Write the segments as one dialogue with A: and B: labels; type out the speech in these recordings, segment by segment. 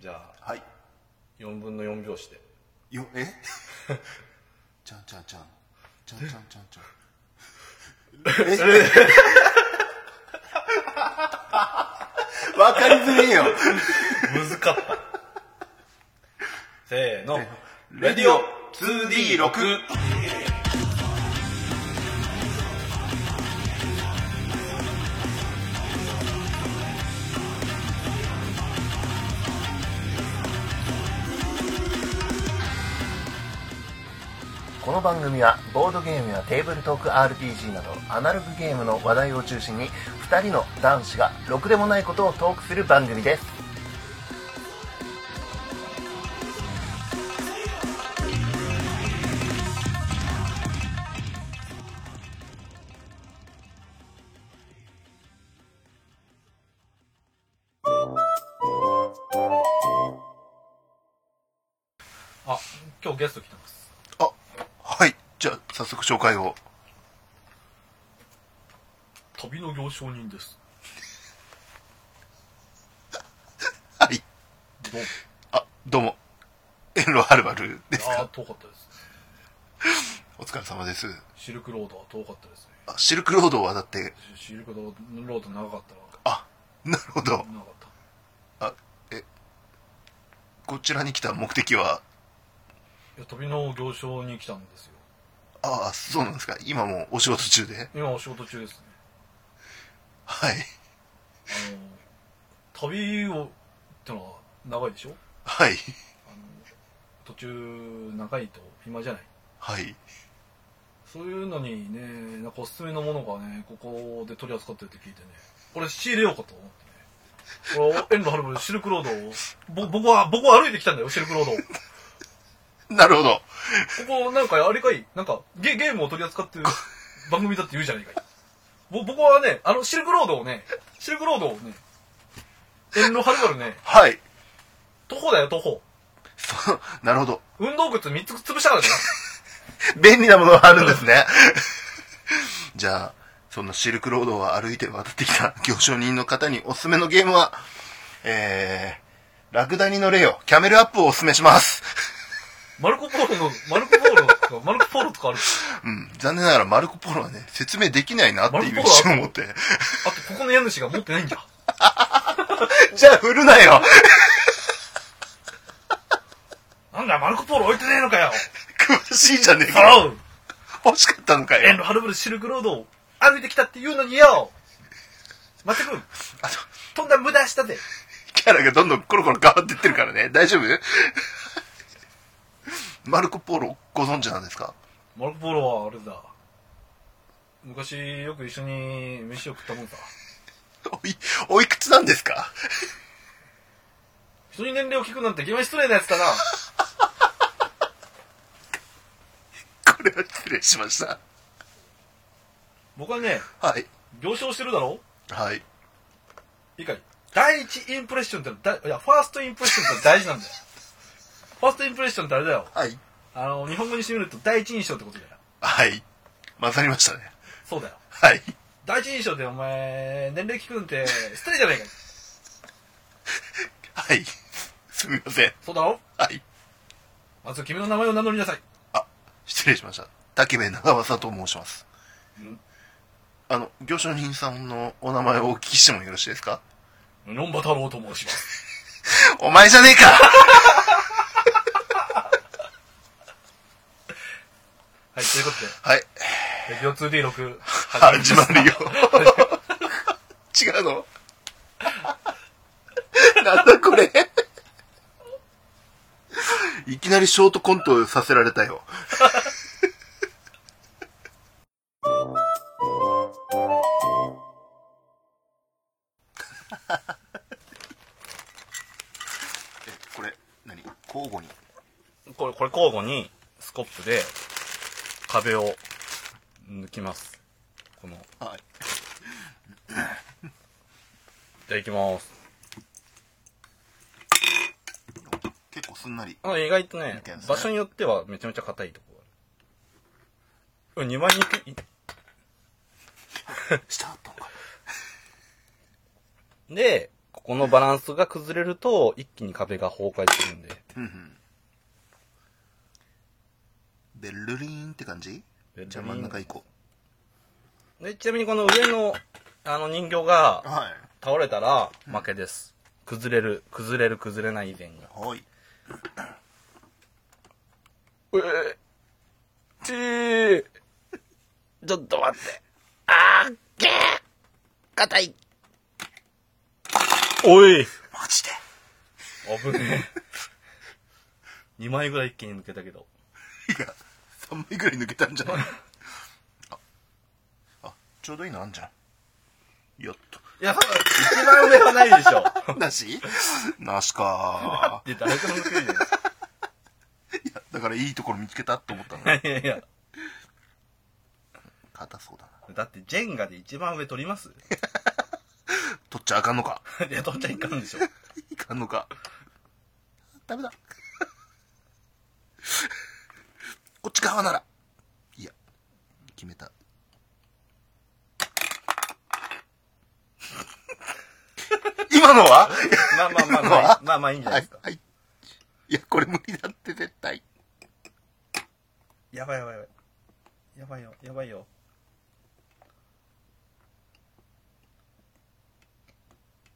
A: じゃあ
B: はい
A: 4分の4拍子で
B: よえちゃんちゃんちゃんちゃんちゃんちゃんちゃんえ わかりづれえよ
A: 難かった せーの
B: レディオ 2D6
C: この番組はボードゲームやテーブルトーク RPG などアナログゲームの話題を中心に2人の男子がろくでもないことをトークする番組です
A: あ今日ゲスト来てます
B: あはいじゃあ早速紹介を
A: 旅の行商人です
B: はい
A: どうも
B: あどうも遠路はるばるです
A: ああ
B: か
A: 遠かったです
B: お疲れ様です
A: シルクロードは遠かったですね
B: あシルクロードを渡って
A: シルクロード長かったわ
B: あなるほど
A: 長かった
B: あえこちらに来た目的はい
A: や旅の行商に来たんですよ
B: ああそうなんですか今もお仕事中で
A: 今お仕事中ですね
B: はい
A: あの旅をってのは長いでしょ
B: はい
A: 途中長いと暇じゃない
B: はい
A: そういうのにねなんかおすすめのものがねここで取り扱ってるって聞いてねこれ仕入れようかと思ってねこれ遠路はるばるシルクロードをぼ僕は僕は歩いてきたんだよシルクロードをこ
B: なるほど
A: こなんかあれかいなんかゲゲームを取り扱ってる番組だって言うじゃないかいぼ僕はねあのシルクロードをねシルクロードをね遠路はるばるね
B: はい
A: 徒歩だよ徒歩
B: そうなるほど
A: 運動靴3つ潰したからね
B: 便利なものがあるんですね じゃあそのシルクロードを歩いて渡ってきた行商人の方におすすめのゲームはえー、ラクダニのレオキャメルアップをおすすめします
A: マルコポーロの、マルコポーロとか、マルコポーロとかある。
B: うん残念ながらマルコ・ポロはね説明できないなって
A: マ
B: いう
A: ル
B: 一
A: コポロ
B: 瞬思って
A: あと、ここの家主が持ってないんだ。
B: じゃあ振るなよ
A: なんだ、マルコポーロ置いてねえのかよ。
B: 詳しいじゃねえか
A: おう
B: 欲しかったのか
A: 遠路
B: よ
A: はるばるシルクロードを歩いてきたって言うのによ。まったく、
B: あと
A: とんだ無駄したぜ。
B: キャラがどんどんコロコロ変わってってるからね大丈夫 マルコ・ポロご存知なんですか
A: マルコポーロはあれだ。昔、よく一緒に飯を食ったもんだ。
B: おいおいくつなんですか
A: 人に年齢を聞くなんて、決め失礼なやつだな。
B: これは失礼しました。
A: 僕はね、
B: はい。
A: 行商してるだろ
B: はい。
A: いいかい第一インプレッションってのだ、いや、ファーストインプレッションって大事なんだよ。ファーストインプレッションってあれだよ。
B: はい。
A: あの、日本語にしてみると第一印象ってことだよ。
B: はい。混ざりましたね。
A: そうだよ。
B: はい。
A: 第一印象でお前、年齢聞くなんて失礼じゃないか。
B: はい。すみません。
A: そうだろ
B: はい。
A: まず君の名前を名乗りなさい。
B: あ、失礼しました。竹部長政と申します。あの、行商人さんのお名前をお聞きしてもよろしいですか
A: うのんば太郎と申します。
B: お前じゃねえか
A: はい、ということ
B: はい。
A: で、レディオ 2D6
B: 始まるよ。違うの なんだこれいきなりショートコントさせられたよ。え、これ、何交互に。
A: これ、これ交互にスコップで壁を抜きます。この、
B: はい。
A: じゃあ行きます。
B: 結構すんなり。
A: あ意外とね
B: 抜けますね
A: 場所によってはめちゃめちゃ硬いとこがある。2枚肉い、
B: 下あったのか。
A: で、こここのバランスが崩れると、一気に壁が崩壊するんで。
B: うんうんベルリーンって感じ
A: ベルリーン
B: じゃあ真ん中行こ
A: でちなみにこの上の、あの人形が
B: う。、はい。
A: 倒れたら負けです。崩れる、崩れる、崩れない以前が。
B: はい。
A: えー、ちーちょっと待って。あーげー硬い。おい
B: マジで
A: 危ねえ。2枚ぐらい一気に抜けたけど。
B: いや、3枚ぐらい抜けたん じゃないあ、あ、ちょうどいいのあんじゃん。やっと。
A: いや、一番上はないでしょ。
B: なしなしか
A: で、誰からも抜けるじゃないですか。
B: いや、だからいいところ見つけたって思ったの。
A: いやいや。
B: 硬そうだな。
A: だって、ジェンガで一番上取ります
B: 取っちゃあかんのか。
A: いや、取っちゃいかんでしょ。
B: いかんのか。ダメだ。 こっち側なら。いや、決めた。 今のは
A: まあまあ まあまあ、まあまあいいんじゃな
B: はい
A: で
B: い
A: すか。。
B: はい。いや、これ無理だって絶対。
A: やばいやばいやばい。やばいよ、やばいよ。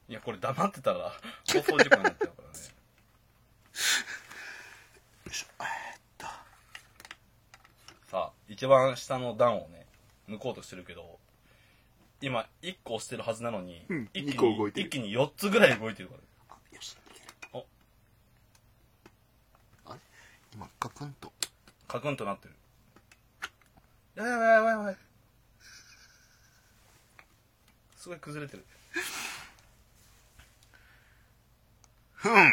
A: いや、これ黙ってた ら、放送事故になっちゃうからね。さあ、一番下の段をね、抜こうとしてるけど、今、1個押してるはずなのに、
B: ん
A: 一
B: 二
A: 気
B: 個
A: に
B: 動いてる
A: 一気に4つぐらい動いてるから。
B: よし、いける
A: お
B: あれ今、カクンと。
A: カクンとなってる。やばいやばいやばいやばい。すごい崩れてる。
B: ふん。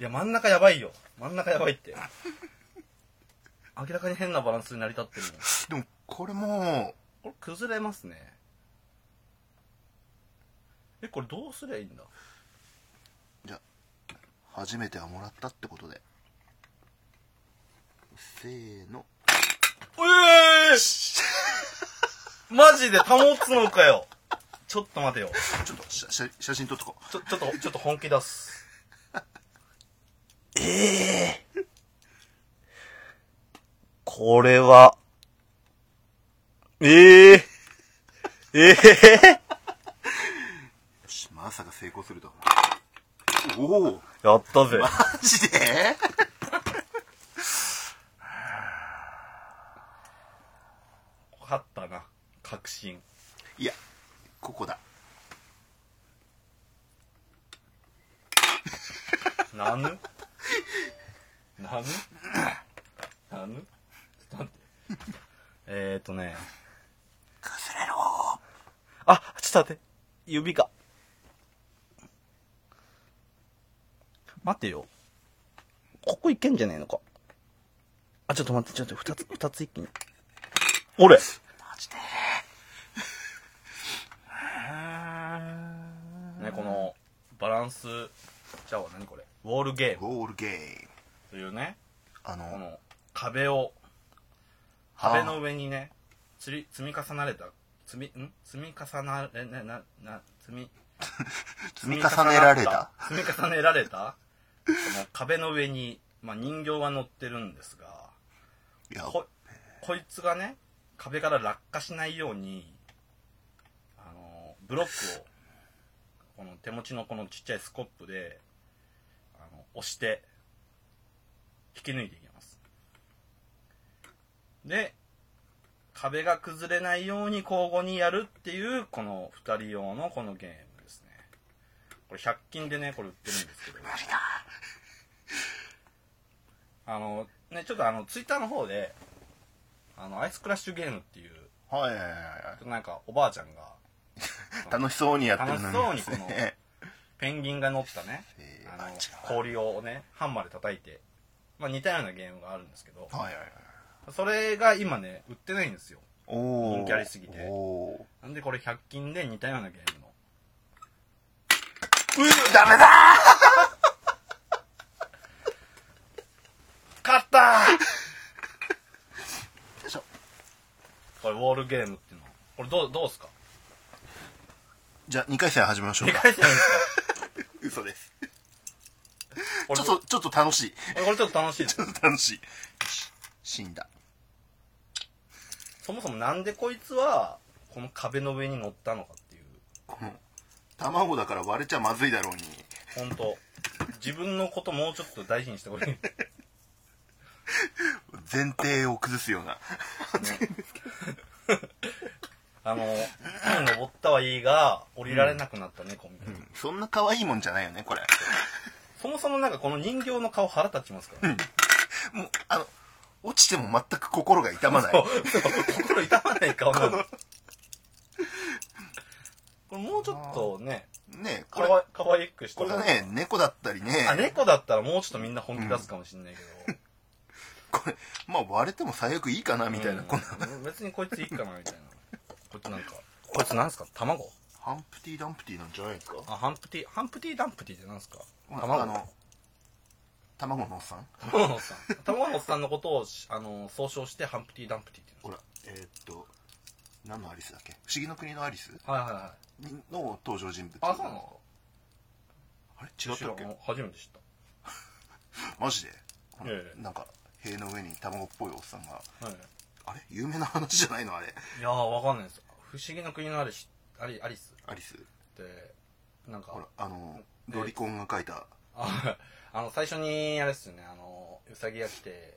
A: いや、真ん中やばいよ。真ん中やばいって。明らかに変なバランスに成り立ってるもん。
B: でも、これも
A: これ崩れますね。え、これどうすりゃいいんだ
B: う、初めてはもらったってことで。せーの。
A: うえー、マジで保つのかよ。ちょっと待てよ。
B: ちょっと写写写真撮っとこう。
A: ちょ、ちょっと、ちょっと本気出す。
B: ええ
A: これは、ええー、ええ
B: まさか成功するとはおお
A: やったぜ。
B: マジで
A: 勝ったな。確信。
B: いや、ここだ。
A: なぬなぬなぬちょっと待って。えーっとね。
B: 崩れろ
A: あ、ちょっと待って。指が。待てよ。ここいけんじゃねえのか。あ、ちょっと待って、ちょっと二つ、二つ一気に。俺
B: マジで
A: ね、この、バランス、じゃあ何これ。ウォールゲーム
B: ゴールゲーム。
A: というね、
B: あの、
A: この、壁を、
B: あー
A: 壁の上にね、つり、積み重なれた、積み、ん積み重なれ、な、な、な、積み、
B: 積み重ねられた。
A: 積み重ねられたこの壁の上に、まあ、人形が乗ってるんですが
B: いや、
A: ここいつがね壁から落下しないようにあのブロックをこの手持ちのこのちっちゃいスコップであの押して引き抜いていきますで壁が崩れないように交互にやるっていうこの2人用のこのゲームですねこれ100均でねこれ売ってるんですけどあのねちょっとあのツイッターの方であのアイスクラッシュゲームっていう
B: はいはいはいは
A: なんかおばあちゃんが
B: い。楽しそうにやってるの
A: 楽
B: に。
A: しそうにこのペンギンが乗ったね
B: えー
A: あ
B: あ違
A: の
B: う
A: 氷をねハンマーで叩いて、まあ、似たようなゲームがあるんですけど
B: はいはいはい。
A: それが今ね売ってないんですよ
B: おお。
A: 人気ありすぎて
B: おー
A: なんでこれ100均で似たようなゲームの
B: ダメだ
A: 勝った
B: ーよいしょ。
A: これウォールゲームっていうのこれどうどうすか
B: じゃあ2回戦始めましょう
A: で
B: か
A: かいじゃないです
B: 嘘です
A: か。
B: ちょっとちょっと楽しい
A: 俺これちょっと楽しいです
B: ちょっと楽しいし死んだ
A: そもそもなんでこいつは、この壁の上に乗ったのかっていう。
B: 卵だから割れちゃまずいだろうに
A: 本当自分のこともうちょっと大事にしてほしい。
B: 前提を崩すような
A: あの、登ったはいいが、降りられなくなった猫みたいな。
B: そんな可愛いもんじゃないよねこれ
A: そもそもなんかこの人形の顔腹立ちますから、ね。
B: もうあの落ちても全く心が痛まない
A: そうそう心痛まない顔なの。これもうちょっとね、
B: ねえ
A: か
B: これ
A: わかわいくした
B: こ
A: 方
B: れ
A: が
B: がね猫だったりね
A: あ、猫だったらもうちょっとみんな本気出すかもしんないけど。
B: これまあ割れても最悪いいかな みたいな、
A: うん
B: こんな
A: 別にこいついいかなみたいな。こいつなんか、こいつなんすか卵
B: ハンプティ・ダンプティなんじゃないですか
A: あ、ハンプティ、ハンプティダンプティってなんすか
B: あ
A: 卵
B: の卵のおっさん
A: 卵のおっさん。卵のおっさんのことをし、あの、総称してハンプティダンプティって言う
B: ほらえーっと何のアリスだっけ不思議の国のアリス
A: の。はいはいはい。
B: の登場人物
A: あ、そうなの
B: あれ違ったっけ
A: 初めて知った。
B: マジでこの
A: ええ
B: なんか塀の上に卵っぽいおっさんが
A: はい、
B: あれ有名な話じゃないのあれ
A: いやー、わかんないです。不思議の国のアリス、アリアリス
B: アリス
A: って、なん
B: ほら
A: か、
B: あの
A: え
B: ロリコンが書いた
A: あ あの、最初に、あれっすよね、あの、ウサギが来て、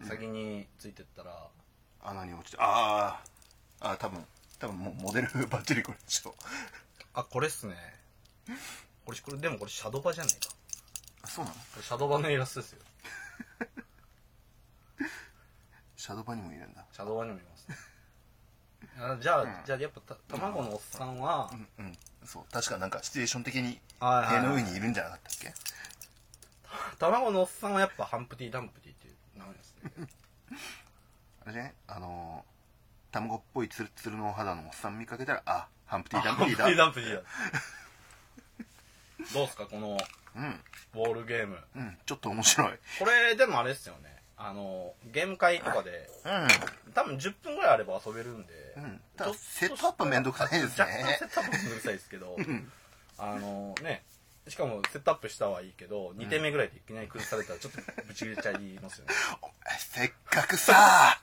A: ウサギについてったら、
B: 穴に落ちてあーあー多分多分もうモデルバッチリこれでしょ
A: あ、これっすね。これ、これ、でもこれシャドバじゃないか。
B: あそうなの
A: これシャドバのイラストですよ。
B: シャドーバにもいるんだ
A: シャドバにもい ます、ね。あじゃあ、じゃあやっぱた卵のおっさんは、
B: うんうんそう確かなんかシチュエーション的に
A: はいはい
B: 塀の上にいるんじゃなかったっけ
A: 卵のおっさんはやっぱハンプティダンプティっていう名前ですね。
B: あれねあのー卵っぽいツルツルのお肌のおっさん見かけたらあハンプティダンプティだ
A: ンプティだ。どうっすか、この
B: うん
A: ボールゲーム。
B: うんちょっと面白い
A: これ、でもあれですよね。あの、ゲーム会とかで、多分10分ぐらいあれば遊べるんで。
B: うん、うん、
A: ちょ
B: た
A: っ
B: だ
A: と
B: セットアップめんどくさいです
A: 若干
B: ね
A: セットアップめんどくさいですけど、あのね、しかもセットアップしたはいいけど、2点目ぐらいでいきなり崩されたらちょっとブチ切れちゃいますよね。
B: せっかくさ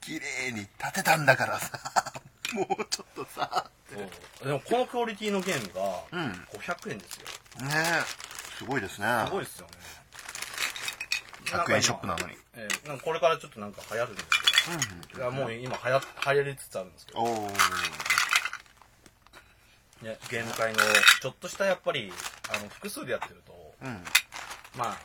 B: 綺麗に立てたんだからさもうちょっとさ
A: そうでもこのクオリティのゲームが
B: ん
A: 500円ですよ。
B: ねえすごいですね
A: すごいですよね。
B: 100円ショップなのに
A: えーなんかこれからちょっとなんか流行るんですけど、いやもう今流行流行りつつあるんですけど、
B: おお
A: ね、ゲーム会のちょっとしたやっぱりあの複数でやってると、
B: うん
A: まあね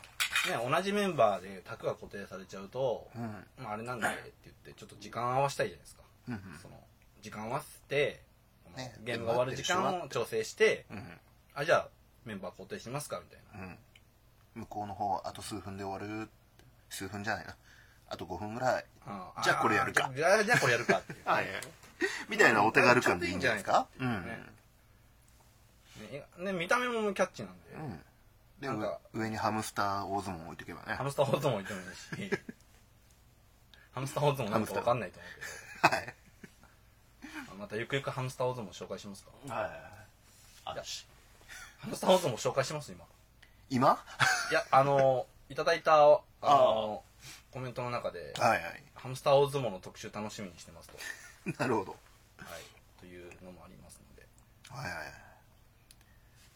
A: 同じメンバーで卓が固定されちゃうと、
B: うん
A: まあ、あれなんでって言ってちょっと時間合わせたいじゃないですか、
B: うん
A: その時間合わせて、この
B: ね
A: ゲームが終わる時間を調整して、
B: うん
A: あじゃあメンバー固定しますかみたいな
B: うん向こうの方はあと数分で終わる数分じゃないなあと5分ぐらい
A: あ
B: じゃあこれやるか、
A: あじゃあじゃあこれやるかっていう
B: はいみたいなお手軽感でいいんじゃないですかうん
A: ねね見た目もキャッチなんで、
B: うんで
A: なんか
B: 上上にハムスター大相撲置いとけばね
A: ハムスターホーズもいてもい いし、ハムスターホーズもなんかわかんないと思
B: はい、
A: うけど、またゆくゆくハムスターホーズも紹介しますか
B: はい、あ
A: ハムスターホーズも紹介します今。
B: 今
A: いや、あの、いただいた、あの、コメントの中で、
B: はいはい
A: ハムスター大相撲の特集楽しみにしてますと。
B: なるほど
A: はい。というのもありますので、
B: はいはいはい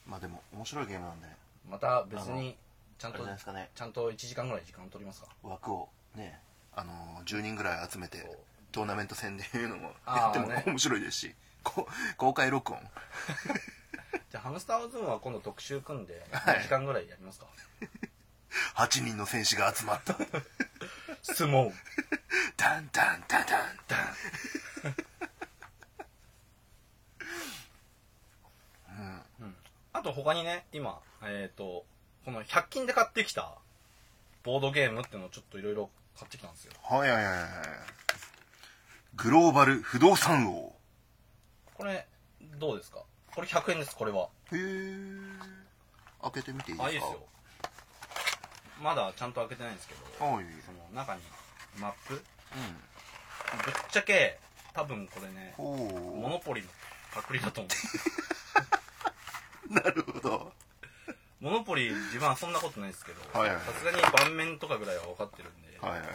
B: まあでも面白いゲームなんで
A: また別に、ちゃん
B: あ
A: と
B: れじゃないですかね
A: ちゃんと1時間ぐらい時間を取りますか
B: 枠をねあのー10人ぐらい集めて
A: そう
B: トーナメント戦でいうのもや
A: あー
B: っても
A: ね
B: 面白いですし、こ公開録音
A: じゃあ、ハムスター大相撲は今度特集組んで、
B: はい
A: 1時間ぐらいやりますか
B: 8人の戦士が集まった
A: 相撲
B: ダンダンダンダンダン
A: あと他にね、今、えっ、と、この100均で買ってきたボードゲームっていうのをちょっといろいろ買ってきたんですよ。
B: はいはいはいはいグローバル不動産王
A: これ、どうですかこれ100円です、これは。
B: へえ開けてみていいですか
A: あ、いいですよ。まだちゃんと開けてないんですけど、
B: はい
A: その中にマップぶっちゃけ、多分これねモ
B: ほ
A: ノポリのパクリだと 思う
B: う。なるほど。
A: モノポリ自分はそんなことないですけどさ
B: はいはい
A: すがに盤面とかぐらいは分かってるんで、
B: はいはい。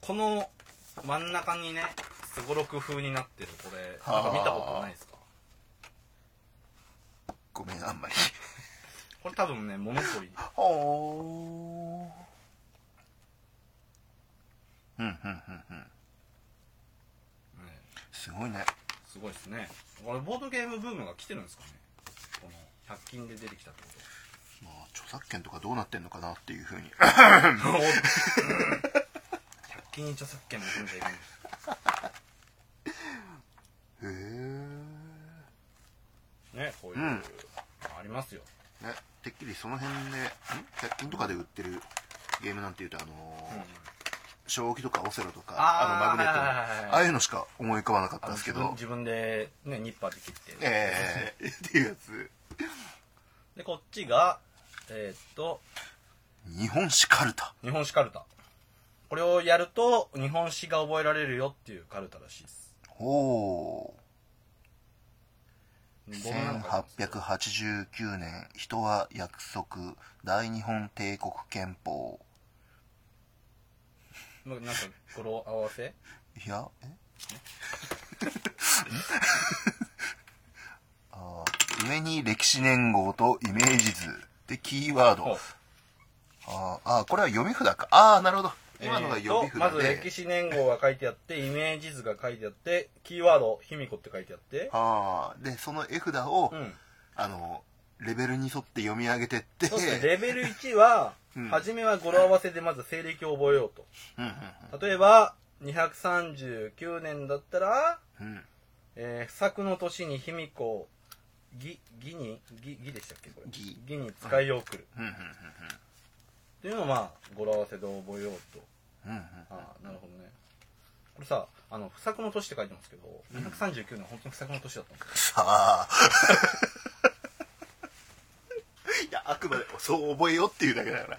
A: この真ん中にねすごろく風になってるこれなんか見たことないですか
B: ごめん、あんまり。
A: これ多分ねモノ ポリ
B: ほう。うん、うん、うん、うん。
A: ね
B: すごいね。
A: すごいですねこれボードゲームブームが来てるんですかねこの100均で出てきたってこ
B: まあ、著作権とかどうなってんのかなっていうふうに。
A: とうん100均に著作権も含めちゃいけないんです
B: へー
A: ねこういう、
B: うん
A: ありますよ
B: ね、てっきりその辺で、ん ?100 均とかで売ってるゲームなんていうと、あのー将棋とかオセロとか、あ
A: あー
B: のマグネットの、
A: はいはいはいはい
B: ああいうのしか思い浮かばなかった
A: あ
B: ん
A: の
B: ですけ
A: 自
B: ど
A: 分、自分でねニッパーで切って、
B: ええっていうやつ、
A: でこっちがえーっと
B: 日本史カルタ。
A: 日本史カルタこれをやると日本史が覚えられるよっていうカルタらしいです
B: ほう。
A: どんなのかなんですけど
B: 1889年、人は約束、大日本帝国憲法。
A: まなんか語呂合わせ
B: いや、え あー上に歴史年号とイメージ図。で、キーワード。あーあー、これは読み札か。ああ、なるほど。今のが読み
A: えーとま
B: 札
A: ず
B: で。
A: 歴史年号が書いてあってイメージ図が書いてあってキーワード「卑弥呼」って書いてあって
B: ああ、で、その絵札を、
A: うん
B: あの、レベルに沿って読み上げてって、
A: そうですねレベル1は、
B: うん
A: 初めは語呂合わせでまず西暦を覚えよう
B: うんうん
A: と例えば239年だったら、
B: うん、うん。
A: えー不作の年に卑弥呼義義に義義でしたっけこれ
B: 義
A: 義に使いを送る、
B: うんうん
A: っていうのをまあ語呂合わせで覚えようと
B: うんうん
A: ああなるほどねこれさあの不作の年って書いてますけど239年は本当に不作の年だったんですよ
B: さあいやあくまでそう覚えようっていうだけだから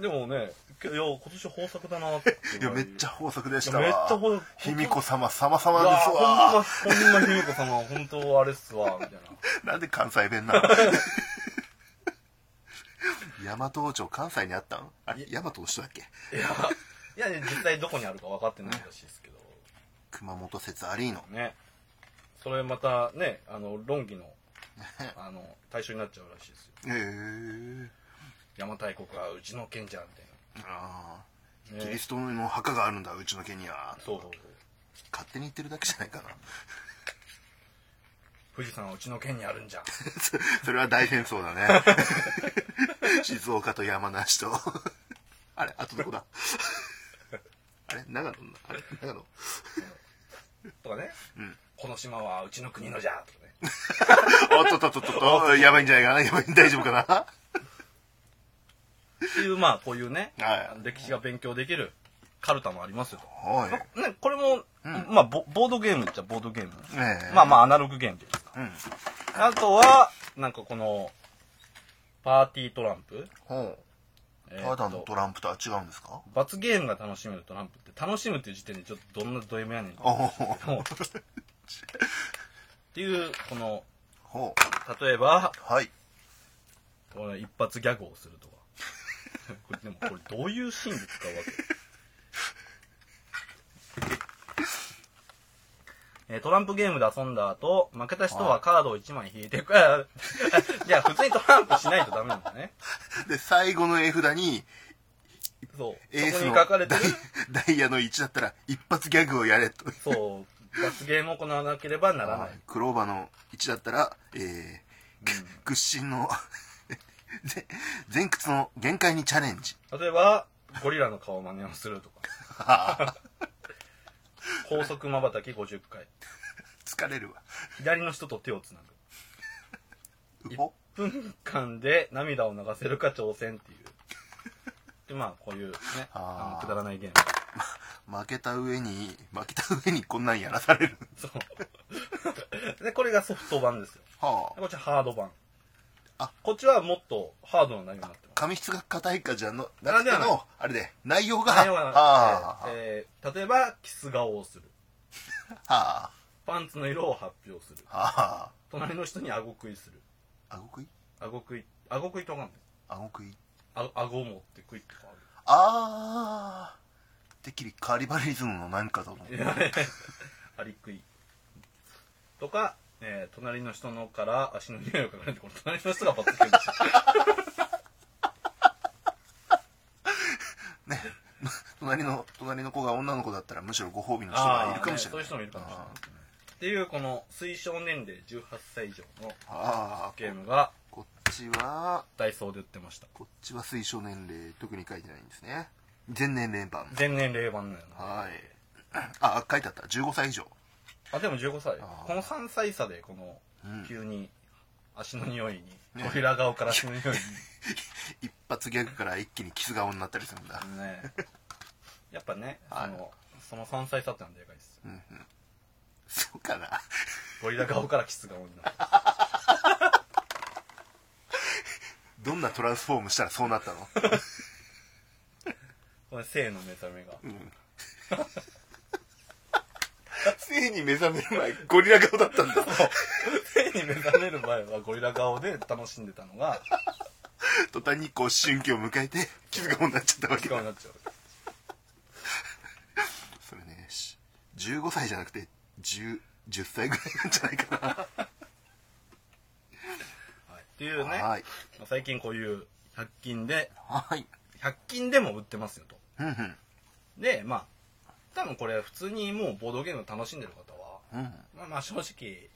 A: でもねいや今年豊作だなって
B: いやめっちゃ豊作でしたわ
A: いやめっちゃ豊作
B: 卑弥呼様様
A: い
B: 様
A: や
B: です
A: ほんま
B: わ
A: ほんま卑弥呼様は本当あれっすわみたいな
B: なんで関西弁なの 大和王朝関西にあったんあれ大和の人だっけ
A: いや、いや、実際どこにあるか分かってないらしいですけど、
B: 熊本説ありの
A: ね。それまたね、あの、論議の、あの、対象になっちゃうらしいですよ。
B: へえ
A: 邪馬台国はうちの県じゃん、みたい
B: ああ
A: な。
B: キ
A: ね
B: リストの墓があるんだうちの家には
A: そうそうそう。
B: 勝手に言ってるだけじゃないかな
A: 富士山はうちの県にあるんじゃん。
B: そ それは大戦争 だね静岡と山梨とあれあとどこだあれ長野あれ長野
A: とかね。
B: ん
A: この島はうちの国のじゃ、とかね。
B: おっとっとっとっとっと、やばいんじゃないかなやばい、大丈夫かな
A: っていう、まあ、こういうね、
B: はい
A: あの歴史が勉強できるカルタもありますよと。
B: はい。
A: ね、これも、まあボ、ボードゲームっちゃボードゲーム。
B: ねえ。
A: まあまあ、アナログゲームですか。
B: うん。
A: あとは、なんかこの、パーティートランプ。
B: ほう。
A: えーっ
B: た
A: と
B: だのトランプとは違うんですか
A: 罰ゲームが楽しめるトランプって楽しむっていう時点でちょっとどんなド M やねんっ
B: ほう。
A: ていうこの
B: ほ
A: 例えば
B: う。はい。
A: この一発ギャグをするとかこれでもこれどういうシーンで使う わけえートランプゲームで遊んだ後、負けた人はカードを1枚引いて、 あじゃあ普通にトランプしないとダメなんだね。
B: で、最後の絵札に、
A: そう。
B: エー
A: そ
B: ス
A: こに
B: の
A: 書
B: ダ
A: かれ
B: イ
A: てる、
B: ダイヤ の1だったら、一発ギャグをやれと。
A: そう、罰ゲームを行わなければならない。
B: クローバーの1だったら、えー、屈伸の、 ぜ前屈の限界にチャレンジ。
A: 例えばゴリラの顔真似をするとか高速まばたき50回
B: 疲れるわ。
A: 左の人と手をつな
B: うほ
A: ぐ1分間で涙を流せるか挑戦っていうでまあこういうね
B: あー
A: あのくだらないゲーム
B: 負けた上に、負けた上にこんなんやらされる。
A: そう でこれがソフト版ですよ
B: は
A: でこっちはハード版
B: あ
A: こっちはもっとハードな内容になってます
B: 紙質が硬いかじゃのなく
A: あで
B: て
A: はない
B: のあれで内容が
A: 内容が
B: ああ
A: えーえー例えばキス顔をする
B: は
A: パンツの色を発表する
B: あ。はあ。
A: 隣の人に顎食いする。
B: あご食い
A: 顎食い、顎食いってわかんない。
B: あご食い
A: あ顎を持って食いとかある。
B: あー。てっきりカーリバリズムの何かと思う。
A: アリクイとか、えー隣の人のから足の匂いを嗅がれてこれ隣の人がバッと来るんですよ
B: ね。 隣の、隣の子が女の子だったらむしろご褒美の人
A: あ
B: が
A: ー
B: いるかもしれない。
A: ねそういう人もいるかもしれないっていうこの推奨年齢18歳以上の
B: あーあー
A: ゲームが
B: こっちは、
A: ダイソーで売ってました
B: こっちは推奨年齢、特に書いてないんですね。全年齢版。
A: 全年齢版なの
B: はい。あ、書いてあった。15歳以上。
A: あでも15歳
B: あー
A: この3歳差でこの
B: うん
A: 急に足の匂いに
B: ね
A: 小平顔から足の匂い
B: 一発ギャグから一気にキス顔になったりするんだ。
A: にね やっぱね
B: はい
A: そのその3歳差ってのはでかいです
B: うんうん。そうかな。
A: ゴリラ顔からキス顔になる
B: どんなトランスフォームしたらそうなったの
A: これ性の目覚めが
B: 性に目覚める前、ゴリラ顔だったんだ。
A: 手に目覚める前はゴリラ顔で楽しんでたのが
B: 途端にこう、思春期を迎えて、キス顔になっちゃったわけ
A: 時間
B: だ。
A: になっちゃう
B: それね、し15歳じゃなくて、10、10歳ぐらいなんじゃないか
A: はいっていうね
B: な。はい。
A: まあ最近こういう100均で
B: はい。
A: 100均でも売ってますよと
B: うんうん。
A: でまあ多分これ普通にもうボードゲーム楽しんでる方は
B: うん
A: まあまあ正直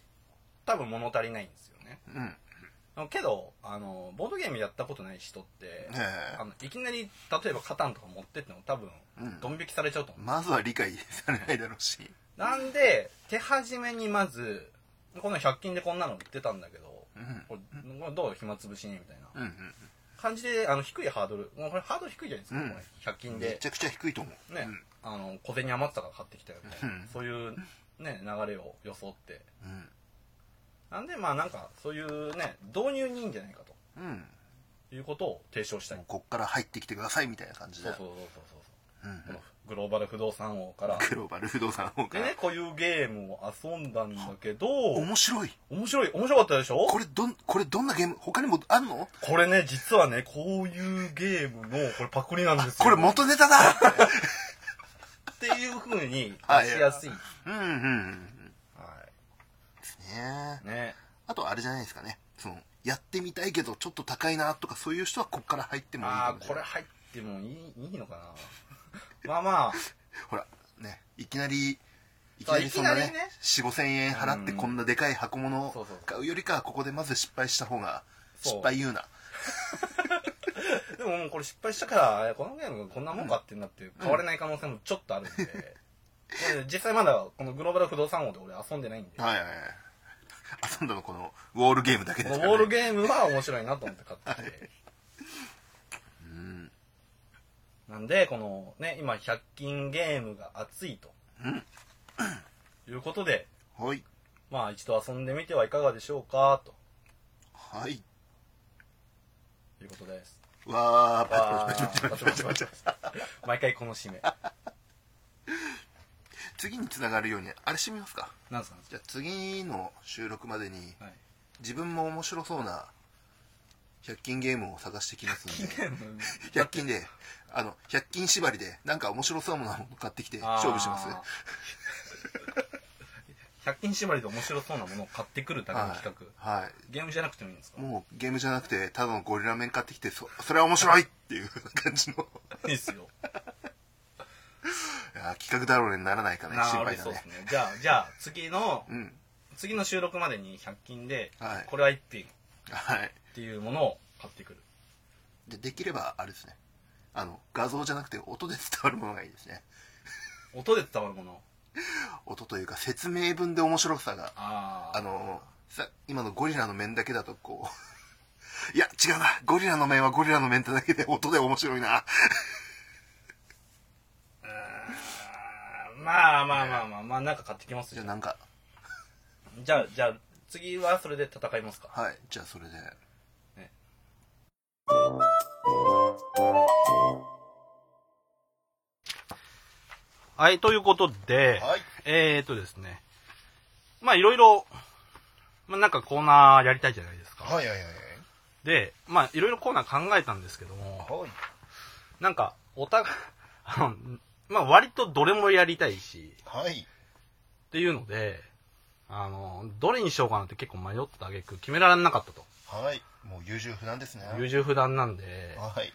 A: 多分物足りないんですよね
B: うん。うん。
A: けどあのボードゲームやったことない人って、
B: え
A: あのいきなり例えばカタンとか持ってっても多分
B: うん
A: ドン引きされちゃうと思う、
B: まずは理解されないだろうし。
A: なんで手始めにまずこの100均でこんなの売ってたんだけど
B: うん。
A: これどう暇つぶしにみたいな
B: うんうん。
A: 感じであの低いハードルもうこれハードル低いじゃないですか、
B: うん
A: これ100均
B: め
A: で
B: ち、ゃくちゃ低いと思う。
A: ねあの小銭余ってたから買ってきたよみたいな、
B: うん
A: そういう、ね、流れを装って
B: うん。
A: なんでまあなんかそういうね導入にいいんじゃないか
B: うん。うん。
A: ということを提唱したい、
B: もうこっから入ってきてくださいみたいな感じで。
A: そうそうそうそう
B: うんう
A: そう、こ
B: ん
A: のグローバル不動産王から
B: グローバル不動産の方か
A: で
B: ら。
A: ねこういうゲームを遊んだんだけど
B: 面白い。
A: 面白い面白かったでしょ
B: これどん、これどんなゲーム他にもあんの
A: これね、実はね、こういうゲームの、これパクリなんですよ。
B: これ元ネタだ
A: っていう風に
B: はい
A: 出しやすい。
B: うんうんうんうん。
A: は
B: ですね
A: い。。ね。
B: あとあれじゃないですかね。その、やってみたいけどちょっと高いなとかそういう人はこっから入ってもいいか
A: あ
B: も
A: あ、
B: し
A: こ
B: れ
A: れ
B: ない。
A: 入ってもいい、いいのかな まあまあ、
B: ほら、ね、いきなり、いき
A: そう
B: なりそんないね
A: きなりね、
B: 4、5千円払ってこんなでかい箱物
A: そう
B: を
A: そうそう
B: 買うよりかはここでまず失敗した方が、
A: そう
B: 失敗言うな。
A: でももうこれ失敗したから、このゲームこんなもんかってなって変われない可能性もちょっとあるんで。で実際まだこのグローバル不動産王で俺遊んでないんで。こ
B: はいはいはい。遊んだのこの、ウォールゲームだけで
A: の
B: す
A: ウ
B: か
A: ォ
B: ら、ね。
A: ールゲームは面白いなと思って買ってきて。
B: うん。
A: なんで、このね、今100均ゲームが熱いと。いうことで、
B: はい。
A: まあ一度遊んでみてはいかがでしょうかと
B: はい。
A: いうことです。
B: わー、
A: わ
B: パチパチパチパチパチパチパチ。
A: ー毎回この締め。
B: 次につながるように、あれしてみますか。
A: なんすかね
B: じゃあ次の収録までに、
A: はい。
B: 自分も面白そうな、100均ゲームを探してきますんで、100均で、あの、100均縛りで、なんか面白そうなもの買ってきて、 勝負します。
A: あー100均縛りで面白そうなものを買ってくるための企画。
B: はい。はい
A: ゲームじゃなくてもいいんですか
B: もうゲームじゃなくて、ただのゴリラ面買ってきて、そ、それは面白いっていう 感じの、い
A: いいですよ。
B: や企画だろうね、ならないかね、
A: なあ
B: 心
A: 俺
B: 配だ
A: そうで
B: ね
A: す。ね。じゃあ、じゃあ、次の、
B: うん。
A: 次の収録までに100均で、
B: はい
A: これは一品っ
B: はい。
A: ていうものを買ってくる。
B: で、できれば、あれですね。あの、画像じゃなくて音で伝わるものがいいですね。
A: 音で伝わるもの。
B: 音というか、説明文で面白さが
A: ああ。
B: あのさ今のゴリラの面だけだとこう いや違うなゴリラの面はゴリラの面ってだけで音で面白いな
A: あーまあまあまあまあ、まあなんか買ってきます
B: じゃ
A: よ
B: あ。なんか
A: じゃあ、じゃあ、次はそれで戦いますか。
B: はいじゃあそれで
A: ねはい、ということで、
B: はい
A: えーっとですね、まあいろいろ、まあなんかコーナーやりたいじゃないですか。
B: はいはいはい
A: で、まあいろいろコーナー考えたんですけども、
B: はい
A: なんか、お互い、あの、まあ割とどれもやりたいし、
B: はい
A: っていうので、あの、どれにしようかなって結構迷った挙句決められなかったと。
B: はいもう優柔不断ですね
A: 優柔不断なんで。
B: はい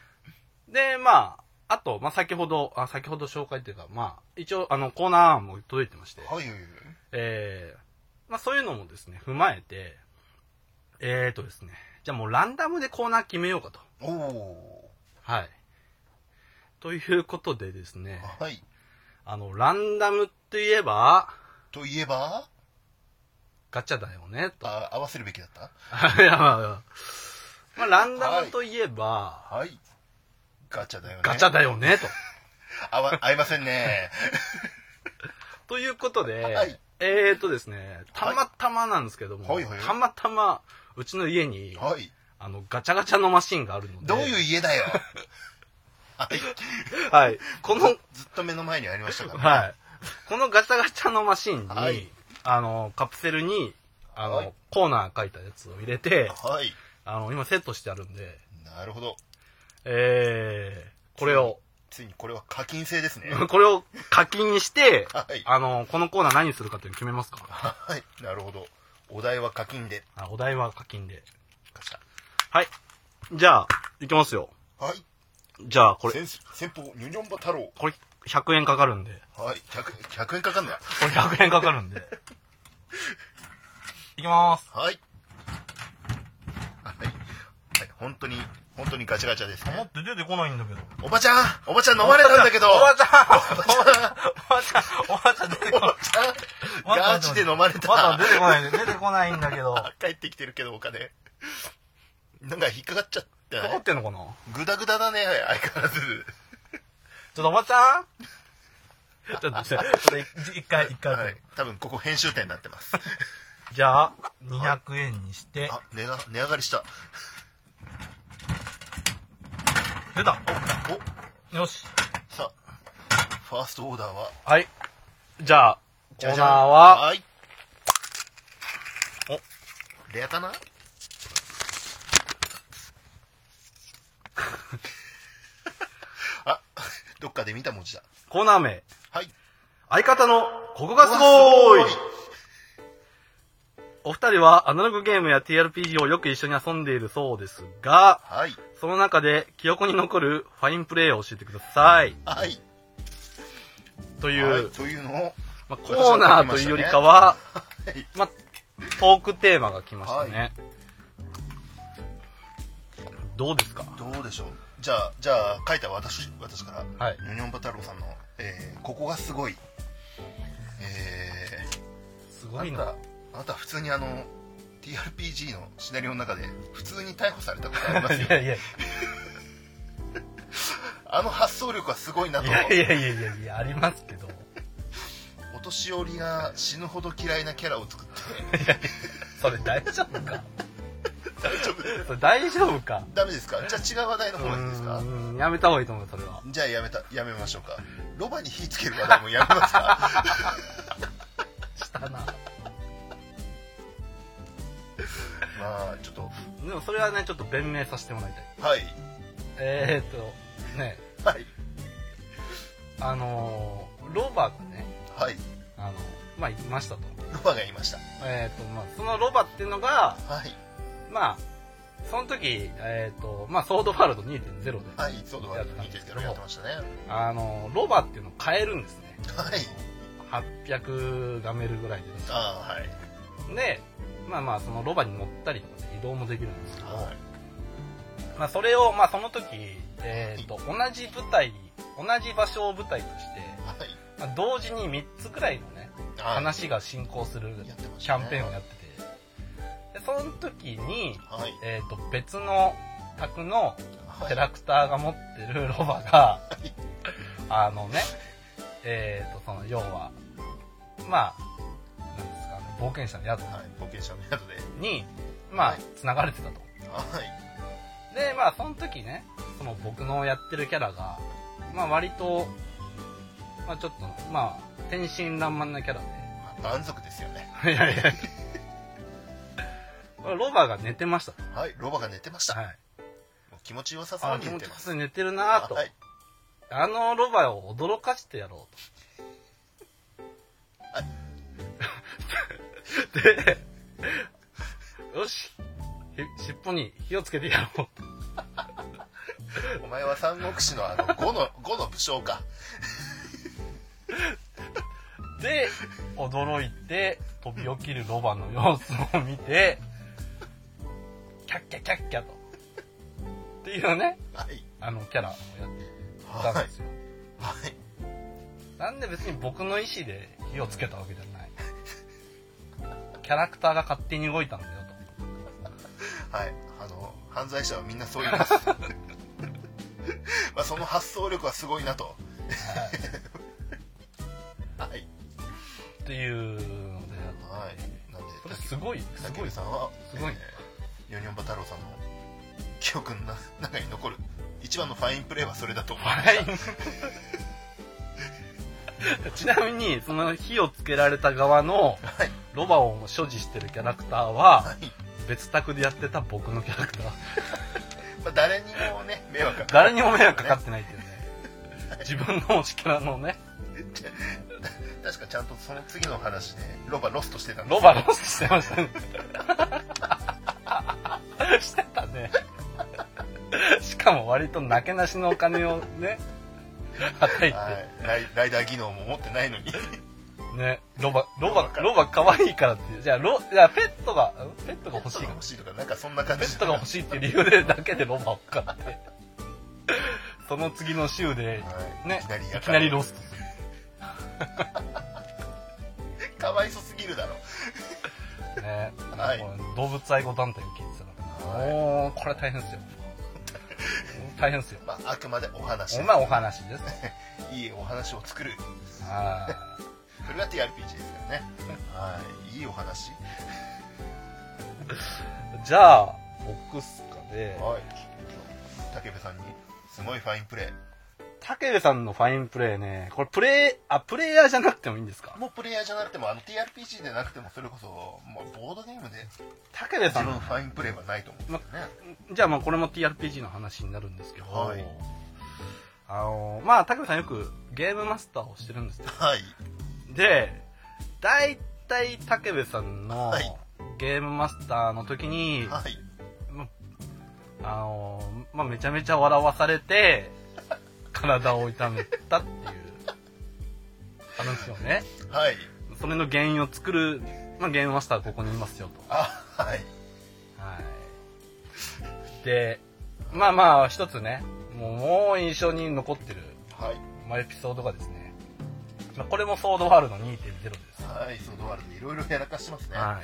A: で、まあ、あと、まあ先ほど、あ、先ほど紹介っていうか、まあ、一応、あの、コーナー案も届いてまして、
B: はいはいはい
A: えー、まあそういうのもですね、踏まえて、えーとですね、じゃあもうランダムでコーナー決めようかと。
B: おお
A: はい。ということでですね、
B: ーはい
A: あの、ランダムって言えば、
B: といえば
A: ガチャだよね、と。
B: あ合わせるべきだっ た
A: いや、まあまあ、まあ、ランダムといえば、
B: はいガチャだよね
A: ガチャだよね、と。
B: 合わ合いませんね
A: ということで、
B: はい
A: えーっとですね、たまたまなんですけども、
B: はいはいはい
A: たまたま、うちの家に、
B: はい
A: あの、ガチャガチャのマシンがあるので、
B: どういう家だよはい
A: はい、この、
B: ずっと目の前にありましたからね
A: はい、このガチャガチャのマシンに、
B: はい
A: あの、カプセルに、あの、
B: はい
A: コーナー書いたやつを入れて、
B: はい
A: あの、今セットしてあるんで、
B: なるほど
A: えー、これを、
B: ついにこれは課金制ですね
A: これを課金にして、
B: はい
A: あの、このコーナー何するかっていうの決めますから。
B: はいなるほどお題は課金で
A: あお題は課金で。
B: ガチャ
A: はい。じゃあ、いきますよ。
B: はい
A: じゃあ、これ、
B: 先先方ニョニョンバ太郎
A: これ100円かかるんで。
B: はい 100, 100円かかんだ
A: これ100円かかるん で。いきまーす。
B: はいはいはい本当に本当にガチャガチャですね
A: って出てこないんだけど。
B: おばちゃんおばちゃん飲まれたんだけど
A: おばちゃんおばちゃんおばちゃん出てこ
B: お
A: ない
B: ば。ちゃんガチで飲まれた
A: おばちゃん出てこない。出てこないんだけど。
B: 帰ってきてるけどお金なんか引っかかっちゃった
A: 残ってんのかな
B: グダグダだね相変わらず
A: ちょっとおばちゃんちょっと、ちょっと一一回、一回。
B: はい多分ここ編集点になってます
A: じゃあ、200円にして、
B: あ値が値上がりした
A: 出た
B: お
A: よし。
B: さあファーストオーダーは
A: はい。じゃあ、コ
B: じゃ
A: ー
B: じ
A: ナ
B: ゃん
A: ーは、
B: はいおレアかなあどっかで見た文字だ
A: コーナー名、
B: はい
A: 相方のここがすごーいお二人はアナログゲームや TRPG をよく一緒に遊んでいるそうですが、
B: はい
A: その中で記憶に残るファインプレイを教えてください。
B: はい
A: と
B: と
A: い
B: いう
A: う、
B: というのを
A: まあ、コーナーというよりかは、
B: はい
A: まあ、トークテーマが来ましたね。
B: は
A: どうですか
B: どうでしょうじゃあじゃあ書いた私私から
A: はい。
B: ニョニョンバ太郎さんの、えーここがすごい」え
A: す
B: ー、
A: ご
B: あ
A: い
B: な
A: な
B: た。あなた普通にあの TRPG のシナリオの中で普通に逮捕されたことあります
A: い
B: よ
A: やいや、い
B: あの発想力はすごいなと
A: やいやいやいやいや、ありますけど。
B: お年寄りが死ぬほど嫌いなキャラを作って
A: それ大丈夫か
B: 大丈夫
A: それ大丈夫か
B: ダメですかじゃあ違う話題の方がいいです
A: う
B: か
A: ーんやめた方がいいと思う、それは。
B: じゃあやめたやめましょうかロバに火つける話題もやめま すか
A: したな。
B: まあちょっと
A: でもそれはね、ちょっと弁明させてもらいたい。
B: はい
A: えー、っと、ね、
B: はい
A: あのー、ロバがね、
B: はい
A: あの、まあ、いましたと。
B: ロバが言いました
A: えー、っと、まあ、そのロバっていうのが、
B: はい
A: まあ、その時、えー、っと、まあ、ソードワールド2.0で、
B: はいそうだわ2.0やってましたね
A: あのー、ロバっていうのを変えるんですね。
B: はい
A: 800ガメルぐらいで。
B: ああはい
A: で、まあまあ、そのロバに乗ったりとかで移動もできるんですけど、
B: はい
A: まあ、それを、まあ、その時、えー、と同じ舞台同じ場所を舞台として、ま
B: はい
A: あ、同時に3つくらいのね
B: はい
A: 話が進行する
B: やってまし
A: キャ
B: た
A: ン
B: ね
A: ペーンをやっててでその時に、
B: はい
A: えー、と別の宅の
B: は
A: キャ
B: い
A: ラクターが持ってるロバが、あのねえー、とその要はまあなんですかね冒険者の宿
B: はい冒険者の宿で
A: にま
B: は
A: あ
B: い
A: つながれてたと。
B: はい
A: でまあその時ねその僕のやってるキャラがまあ割とまあちょっと、まあ天真爛漫なキャラで。
B: まあ満足ですよね。
A: いやいやこれ ロバが寝てました。
B: はい、ロバが寝てました。
A: はい。
B: もう気持ちよさそう
A: あ、
B: に
A: 気
B: 寝
A: 持ち
B: て
A: よ
B: ま
A: さ
B: す。
A: そうに寝てるなぁと。
B: はい。
A: あのロバを驚かしてやろ
B: は
A: うと。 で、よし、ひ尻尾に火をつけてやろうと。
B: お前は三国志のあの、五の、 五の武将か。
A: で、驚いて飛び起きるロバの様子を見て、キャッキャキャッキャと。っていうね、
B: はい。
A: あのキャラをやってたんですよ。
B: はい。
A: なんで別に僕の意思で火をつけたわけじゃない。キャラクターが勝手に動いたんだよと。
B: はい。あの、犯罪者はみんなそう言います。 まあ、その発想力はすごいなと。はい。
A: っていうのであっ
B: はい
A: て、。
B: なんで、
A: これすごいす
B: 竹
A: ごい
B: 部さんは、
A: すごいね
B: えーヨニョンバ太郎さんの記憶の 中に残る一番のファインプレーはそれだと思いま
A: は
B: した。
A: いちなみにその火をつけられた側の
B: はい。
A: ロバを所持してるキャラクターは
B: はい。
A: 別宅でやってた僕のキャラクター
B: まあ、誰にもね、迷惑が
A: 誰にも迷惑かかってないっていうね自分の推しキャラのね
B: 確かちゃんとその次の話で、ロバロストしてたんです
A: ロ
B: よ
A: バロスしてましたねしてたねしかも割となけなしのお金をねはたいて、
B: はいライ。ライダー技能も持ってないのに。
A: ね、ロバ、ロバ
B: ロバ、か
A: ロバ可愛いからって。じゃあ、ロ、じゃあペットが、んペットが欲しいか
B: ペットが
A: ら
B: 欲。しいとか、なんかそんな感
A: ペ
B: じ。
A: ットが欲しいっていう理由でだけでロバを買 って。その次の週で、
B: はい
A: ね
B: いきなり、
A: い
B: やった
A: きなりロスト。
B: かわいそすぎるだろ。
A: ね、
B: はい
A: これ動物愛護団体を聞いてたの。
B: はい
A: もう、これ大変 ですよ。大変ですよ。
B: まあ、あくまでお話です
A: 今お話です。
B: いいお話を作る。
A: あ
B: それが TRPG ですからね。はい。いいお話。
A: ーじゃあ、ボックスかで、
B: はい。竹部さんに、すごいファインプレー。
A: 武部さんのファインプレイね、これプレイ、あ、プレイヤーじゃなくてもいいんですか
B: もうプレイヤーじゃなくても、あの TRPG でなくても、それこそ、まあ、ボードゲームで
A: 武部さ
B: 自
A: ん
B: 分ファインプレーはないと思うんですよね。
A: じゃあまあこれも TRPG の話になるんですけど、
B: はい
A: あのまあ武部さんよくゲームマスターをしてるんですよ
B: はい。
A: で大体武部さんの
B: はい
A: ゲームマスターの時に、
B: はい。
A: あのまあ、めちゃめちゃ笑わされ て体を痛めたっていう話をね
B: はい。
A: それの原因を作る、まあ、ゲームマスターはここにいますよと
B: あ、はい。
A: はい。で、まあまあ、一つね、もう、もう印象に残ってる、
B: はい。
A: まあ、エピソードがですね、まあ、これもソードワールド2.0です。。
B: はい。ソードワールドでいろいろやらかしてますね。は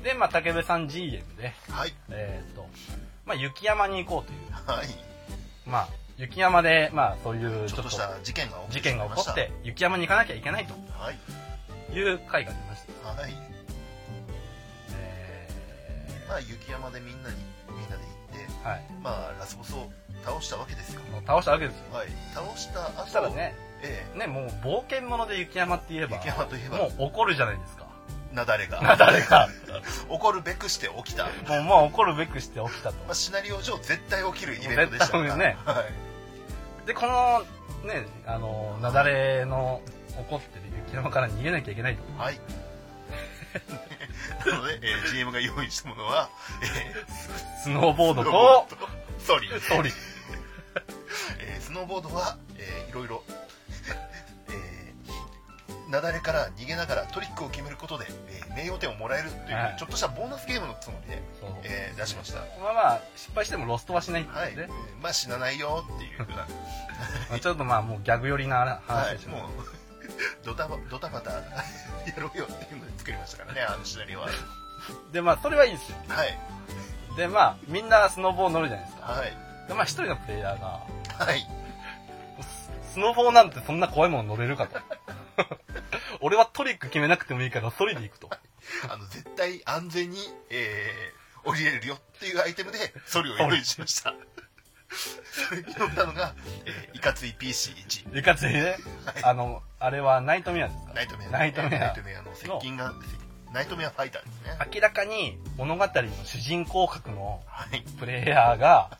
B: い
A: で、まあ、竹部さん GM で、
B: い。
A: えーっと、まあ、雪山に行こうという、
B: はい。
A: まあ、雪山で、まあ、そういう、
B: ち
A: ち
B: ょ
A: ょ
B: っ
A: っと
B: とした事件が起
A: 事件が起こって、雪山に行かなきゃいけないと
B: ました。はい。
A: いう回が出ました。
B: はい。
A: え
B: まあ、雪山でみんなに、みんなで行って、
A: ー、はい。
B: まあ、ラスボスを倒したわけですよ。
A: もう倒したわけですよ。
B: はい。倒した後、
A: そしたらね、
B: え
A: ね、もう冒険者で雪山って言え
B: え
A: ば、
B: 雪山といえば、
A: もう怒るじゃないですか。
B: 雪崩が。
A: 誰 が。
B: 怒るべくして起きた。
A: もうまあ怒るべくして起きたと。
B: まあ、シナリオ上絶対起きるイベントでしたから
A: 絶対ね
B: はい。
A: で、このね、あの、雪崩の起こってる雪山から逃げなきゃいけないと。
B: はい。なので、えー GM が用意したものは、え
A: スノーボー
B: ー、
A: ド
B: スノーボ
A: と
B: ー、ドと ソーリー、
A: ソリ。
B: えースノーボードは、えーいろいろ、 えー、雪崩から逃げながらトリックを決めることで、えー名誉点をもらえるという、
A: はい
B: ちょっとしたボーナスゲームのつもりで、
A: そう。
B: えー出しました。は
A: まあまあ、失敗してもロストはしないって
B: い。
A: いう
B: え
A: ね
B: ー。まあ死なないよっていうふうな、
A: まあちょっとまあもうギャグ寄りな
B: は
A: 話でし
B: い。
A: ょ。
B: もう、 ドタバ、ドタバタやろうよっていうので作りましたからね、あのシナリオは。
A: で、まあそれはいいですよ。
B: はい。
A: で、まあみんなスノーボー乗るじゃないですか。
B: はい。
A: で、まあ一人のプレイヤーが、
B: はい。
A: ススノーボーなんてそんな怖いもの乗れるかと。 俺はトリック決めなくてもいいからソリで行くと。
B: あの、絶対安全に、えー降りれるよっていうアイテムで、ソリを用意しました。れに乗ったのが、えーいかつい PC1。
A: でかついね、あの、あれはナイトメアですか
B: ナイトメア。
A: ナイトメア
B: の接近が、ナイトメアファイターですね。
A: 明らかに物語の主人公格の
B: はい。
A: プレイヤーが、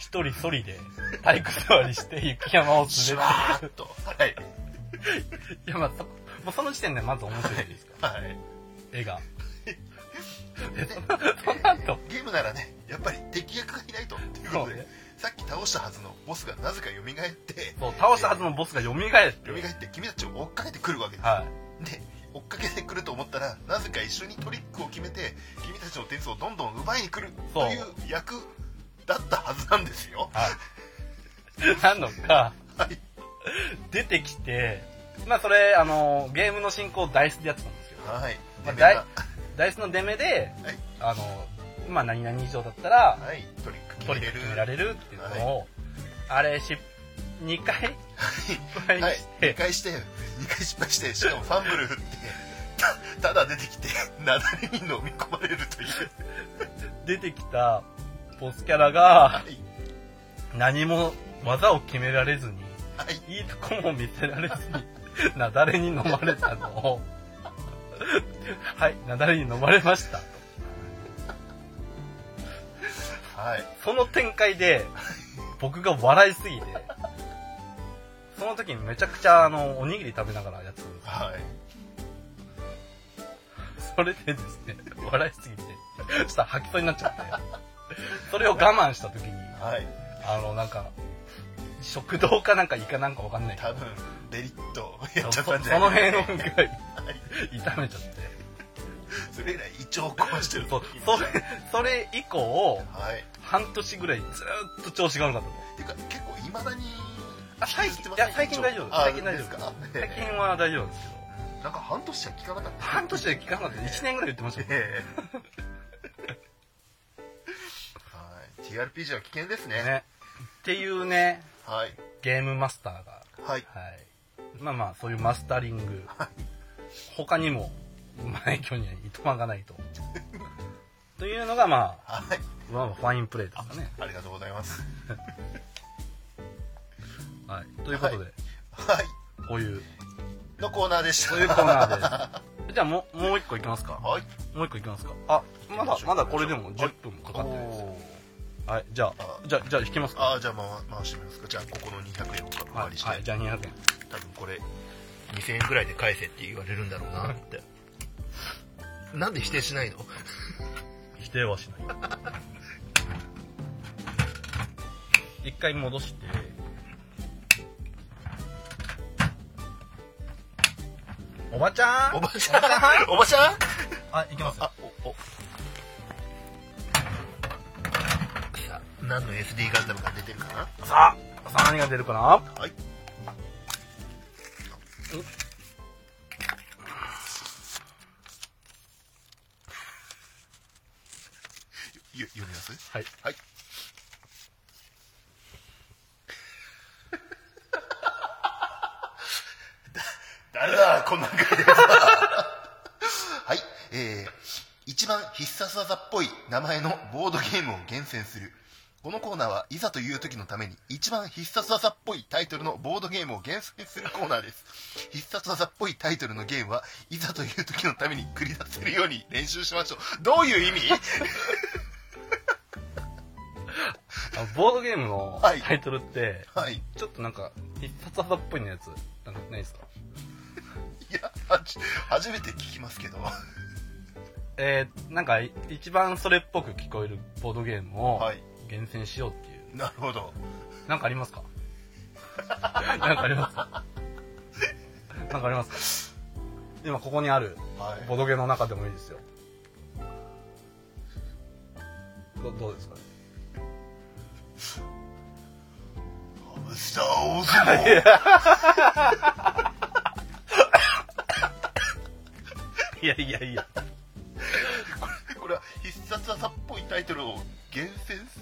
A: 一人ソリで体育座りして雪山を
B: シュ
A: 滑
B: ワ
A: ら
B: ーっと。は
A: せ
B: い。
A: る。 いや、まあ、そもうその時点でまず面白い ですか
B: はい。
A: ら、絵が。でそのその後、
B: ゲームならね、やっぱり敵役がいないと。ということ
A: そう
B: で
A: ね、
B: さっき倒したはずのボスがなぜか蘇って、
A: そう、倒したはずのボスが蘇って。
B: 蘇って君たちを追っかけてくるわけです。
A: は
B: で追っかけてくると思ったらなぜか一緒にトリックを決めて君たちの点数をどんどん奪いに来る
A: そ
B: と
A: う
B: いう役だったはずなんですよ
A: い。はい。 なのか、
B: はい
A: 出てきて、まあそれ、あの、ゲームの進行をダイスでやってたんですけど、
B: はい
A: まあ
B: では
A: だダイスの出目で、
B: はい
A: あの、まあ何々以上だったら、
B: いトリック決
A: ト
B: め
A: リッ
B: れ
A: ク
B: る
A: 決められるっていうのを、あれし、2回 失敗
B: はい
A: し、て、
B: 2回して2回失敗してしかもファンブル振ってたただ出てきて雪崩に飲み込まれるという
A: 出てきたボスキャラが
B: はい
A: 何も技を決められずに、
B: はい
A: いいとこも見せられずに、 なだれに飲まれたのを、 はい、なだれに飲まれました。
B: はい
A: その展開で、僕が笑いすぎて、その時にめちゃくちゃあの、おにぎり食べながらやってたんです
B: はい
A: それでですね、 笑いすぎて、ちょっと吐きそうになっちゃって、それを我慢した時に、
B: はい
A: あの、なんか、食堂かなんかイカなんかわかんないけど
B: 多分デリッとやっちゃ
A: そ
B: ったんじ
A: そ
B: ゃ
A: の
B: ない
A: 辺をぐらい痛めちゃって。
B: それ以来胃腸を壊してる
A: そうそれ、それ以降、
B: はい
A: 半年ぐらいずーっと調子が悪かった。
B: っていうか結構いまだに
A: あ最近
B: 引きずっ
A: い
B: て
A: や
B: ません
A: 最近大丈夫です
B: あ
A: 最近大丈夫
B: ですか
A: 最近は大丈夫ですけど、
B: なんか半年じゃ聞かなかった
A: 半年で聞かなかった。1年ぐらい言ってましたもんね。
B: ええはい TRPG は危険ですね
A: っていうね、
B: はい
A: ゲームマスターが、
B: はい
A: はい。まあまあ、そういうマスタリング。他にも、うまい巨にはいとまがないと。というのが、まあ、
B: はい
A: まあ、ファインプレーですかね。
B: ありがとうございます
A: はい。ということで、
B: はい
A: こういう、
B: のコーナーでした
A: こういうコーナー で。じゃあもう、もう一個いきますか。
B: はい
A: もう一個いきますか。あ、まだ、まだこれでも10分もかかってないです。はい、じゃあ、じゃあ、じゃあ引きますか。
B: ああじゃあ回回してみますかじゃあここの200円をお
A: は
B: 借り
A: い、
B: して、
A: はい、じゃあ200円。
B: 多分これ2000円ぐらいで返せって言われるんだろうなってなんで否定しないの
A: 否定はしない。一回戻して、おばちゃん
B: おばちゃんおばちゃん
A: あ、いきますよ。
B: あおおさあ何の SD ガンダムが出てるかな
A: さあ、さあ何が出るかな
B: はい。ゆ読みます
A: はい。
B: はい。 誰だこんな感じでさ はい。えー、一番必殺技っぽい名前のボードゲームを厳選する。このコーナーはいざという時のために一番必殺技っぽいタイトルのボードゲームを厳選するコーナーです。必殺技っぽいタイトルのゲームはいざという時のために繰り出せるように練習しましょう。どういう意味
A: あのボードゲームの
B: はい
A: タイトルって、
B: はい。
A: ちょっとなんか、必殺技っぽいのやつ、なんかないですか
B: いや、はじ初めて聞きますけど。 は
A: えー、なんか、い一番それっぽく聞こえるボードゲームを
B: い。
A: 厳選しようっていう。
B: なるほど。
A: なんかありますか なんかありますかなんかありますか今ここにある
B: は
A: ボドゲの中でもいいですよ。どどうですかね
B: い。スター・ウォーズの
A: いやいやいや。
B: これは必殺技っぽいタイトルを厳選す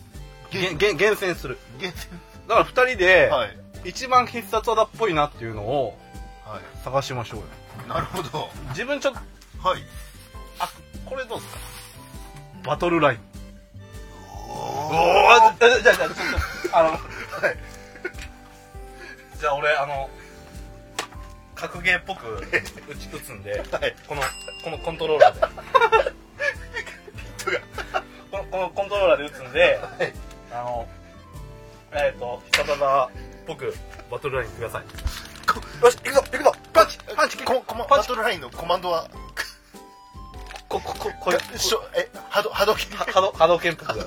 A: げげ厳選する。
B: 厳選
A: だから二人で、
B: はい
A: 一番必殺技っぽいなっていうのを
B: はい
A: 探しましょうよ。
B: なるほど
A: 自分ちょっと、
B: はい
A: あ、これどうですかバトルライン。
B: お
A: おーあじゃあじゃあじゃあちょっと、あの、
B: はい。
A: じゃあ俺あの格ゲーっぽく打ち打つんで、このこのコントローラーでこのこのコントローラーで打つんで、あのえっ、ー、と久田っぽくバトルラインくださいよし行くぞ行くぞパンチパンチ
B: ここまバトルラインのコマンドは、
A: ここここれ
B: しょえ、波動、波動
A: は波動波動拳っぽくはい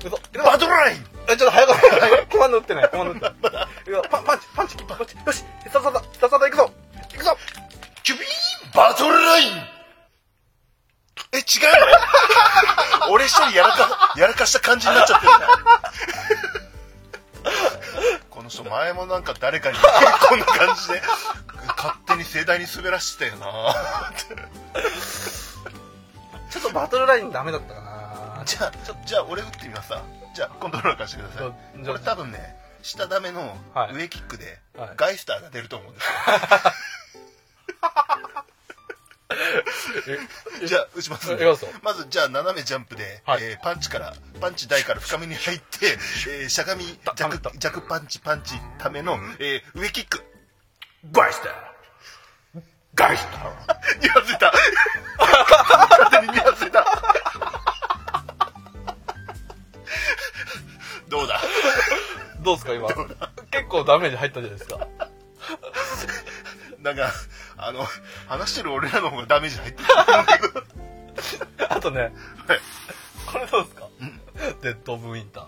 A: 行くぞ行くぞ
B: バトルライン
A: えちょっと早く早くコマンド打ってないコマンド打ってない 行くぞパンパンチパンチパンチよし久田だ久田だ行くぞ行くぞ
B: キュビーバトルラインえ、違うの 俺一人やらか、やらかした感じになっちゃってるねこの人前もなんか誰かに こんな感じで勝手に盛大に滑らしてたよな
A: ちょっとバトルラインダメだったかな
B: じゃあ、ちょじゃあ俺打ってみますさ。じゃあコントローラー貸してください。
A: じゃ
B: これ多分ね、下ダメの
A: はい
B: 上キックで
A: はい
B: ガイスターが出ると思うんですよ。じゃあ打ちますんで
A: いきますよ
B: まずじゃあ斜めジャンプで、
A: はい
B: えーパンチからパンチ台から深めに 入って、えーしゃがみ弱弱パンチパンチための、えー上キック
A: ガイスターガイスター
B: にわせた 勝手ににわせた どうだ
D: どうですか今結構ダメージ入ったじゃないですか
B: なんかあの話してる俺らの方がダメージ入ってる
D: あとねこれどうですかデッド・オブ・ウィンター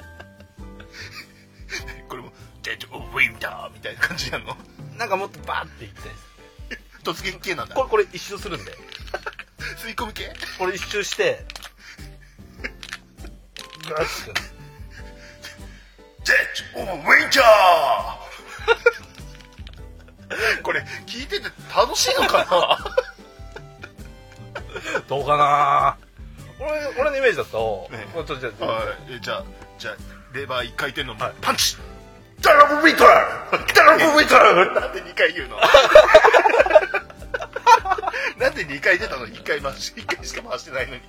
B: これも「デッド・オブ・ウィンター」みたいな感じやんの
D: なんかもっとバーっていきたいです
B: 突撃系なんだ
D: これこれ一周するんで
B: 吸い込み系
D: これ一周してガッて
B: デッド・オブ・ウィンター これ聞いてて楽しいのか
D: どうかな俺俺のイメージだと、
B: ね
D: これちょっとじゃ
B: な
D: あ
B: はいえじゃあじゃあレバー1回転のパンチ、ダラブ・ウィンターダラブ・ウィンターなんで2回言う のなんで2回出たの1回回し一回しか回してないのに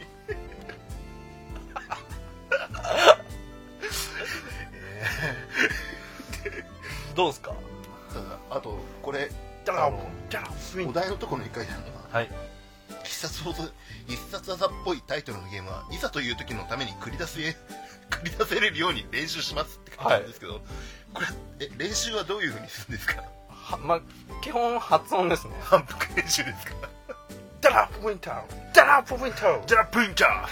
D: どうですか
B: あとこれ
D: じゃあじゃあスイン
B: お題のところに書いてあるのは
D: はい
B: 必殺技必殺技っぽいタイトルのゲームはいざという時のために繰り出せ 繰り出せれるように練習しますって書いてあるんですけど、これえ練習はどういうふうにするんですか
D: はまあ基本発音ですね
B: 反復練習ですか
D: ダラップウィンターダラップウィンター
B: じゃあプンチャー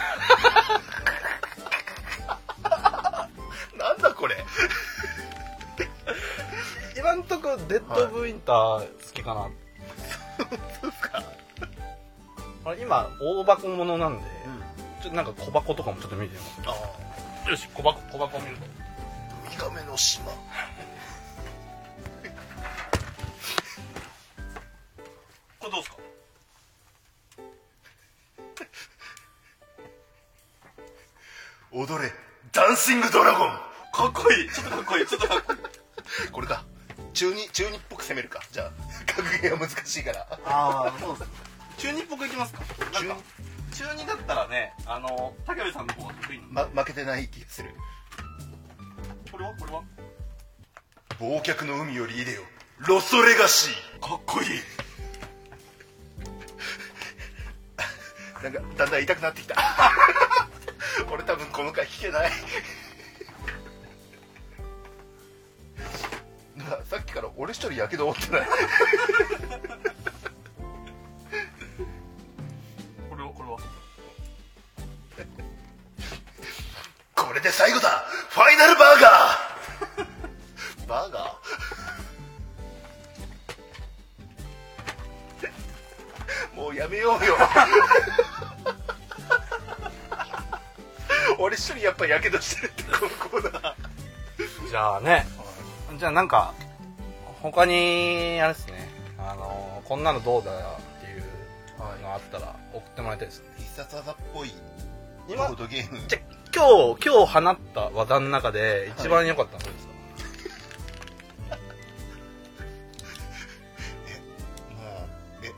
B: なんだこれ
D: 今んとこデッド・オブ・ウィンター好きかな、あれ今大箱ものなんで、ちょっとなんか小箱とかもちょっと見てみます
B: あ
D: よし小箱小箱見ると
B: ーウミガメの島
A: これどうですか
B: 踊れダンシングドラゴン
A: かっこいいちょっとかっこいいちょっとかっこいい
B: これか中二中二っぽく攻めるかじゃあ格ゲーは難しいから
A: ああそうです中二っぽくいきますかなん
B: 中
A: か中二だったらねあの武部さんの方が得意なの
B: ま、負けてない気がする
A: これはこれは
B: 忘却の海よりいでよロストレガシー
A: かっこいい
B: なんかだんだん痛くなってきた 俺多分この回聞けない なさっきから俺一人やけど負ってない
A: これはこれは
B: これで最後だファイナルバーガーバーガーもうやめようよ俺一人やっぱやけどしてるってこのコーナー
D: じゃあねじゃあなんか他にあれですねあのこんなのどうだっていうのあったら送ってもらいたいですね
B: 必殺技っぽいボ
D: 今
B: ードゲーム
D: じゃ今日今日放った技の中で一番良かったのはどれですか、
B: もうえ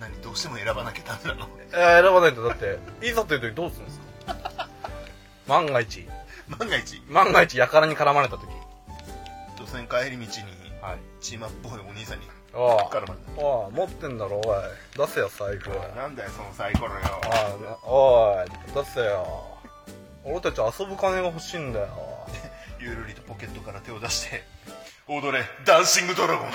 B: 何どうしても選ばなきゃダメなの
D: えー選ばないとだっていざという時どうするんですか 万が一
B: 万が一
A: 万が一やからに絡まれた時
B: 路線帰り道に
A: はい
B: チーマっぽいお兄さんに
A: ああ
B: 絡
A: あ
B: まれ
A: あ持ってんだろおい出せよ財布
B: たなんだよそのサイコロよ
A: ああなおい出せよ俺たち遊ぶ金が欲しいんだよ
B: ゆるりとポケットから手を出して踊れダンシングドラゴン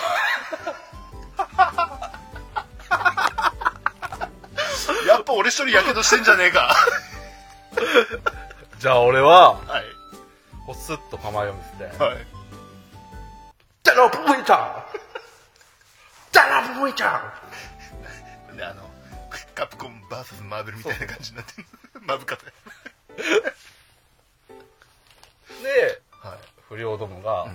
B: やっぱ俺一人やけどしてんじゃねえか
A: じゃあ俺は
B: はい
A: こうスッと構えを見せて
B: はい
A: 「ジャロプウィンちゃんジャロプウィンちゃん!」
B: であのカプコン VS マーベルみたいな感じになってる マブカで
A: で
B: はい
A: 不良どもが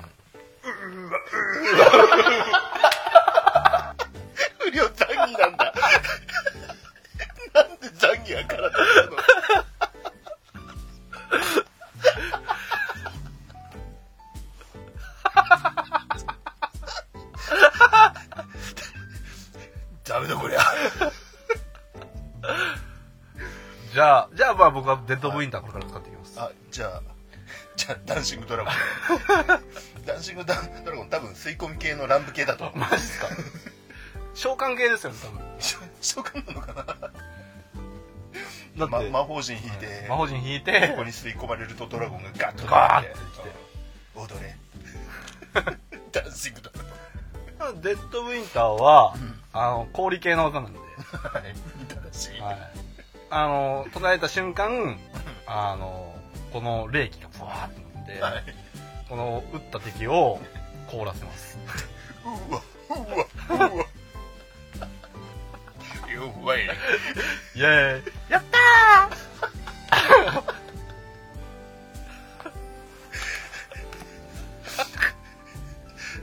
B: 不良ザンギなんだなんでザンギは体なのダメだこりゃ
A: じゃあじゃあまあ僕はデッドブインターこれから使っていきます
B: あじゃあじゃあダンシングドラゴンダンシングダンドラゴン多分吸い込み系の乱舞系だと
A: マジっすか召喚系ですよね多分
B: しょ召喚なのか
A: だ
B: な、
A: っ
B: ま
A: て、
B: 魔法陣引いて、
A: 魔法陣 引いて
B: ここに吸い込まれるとドラゴンがガッと
A: ガー
B: 出
A: ッ
B: て
A: て
B: き
A: きて
B: て踊れダンシングドラゴン
A: デッドウィンターは、あの氷系の技なんで、
B: はいみたらしい、
A: はい、あの唱えた瞬間あのこの冷気がブワーってなって、
B: はい
A: この撃った敵を凍らせます
B: うわうわうわやばい
A: イエーイやった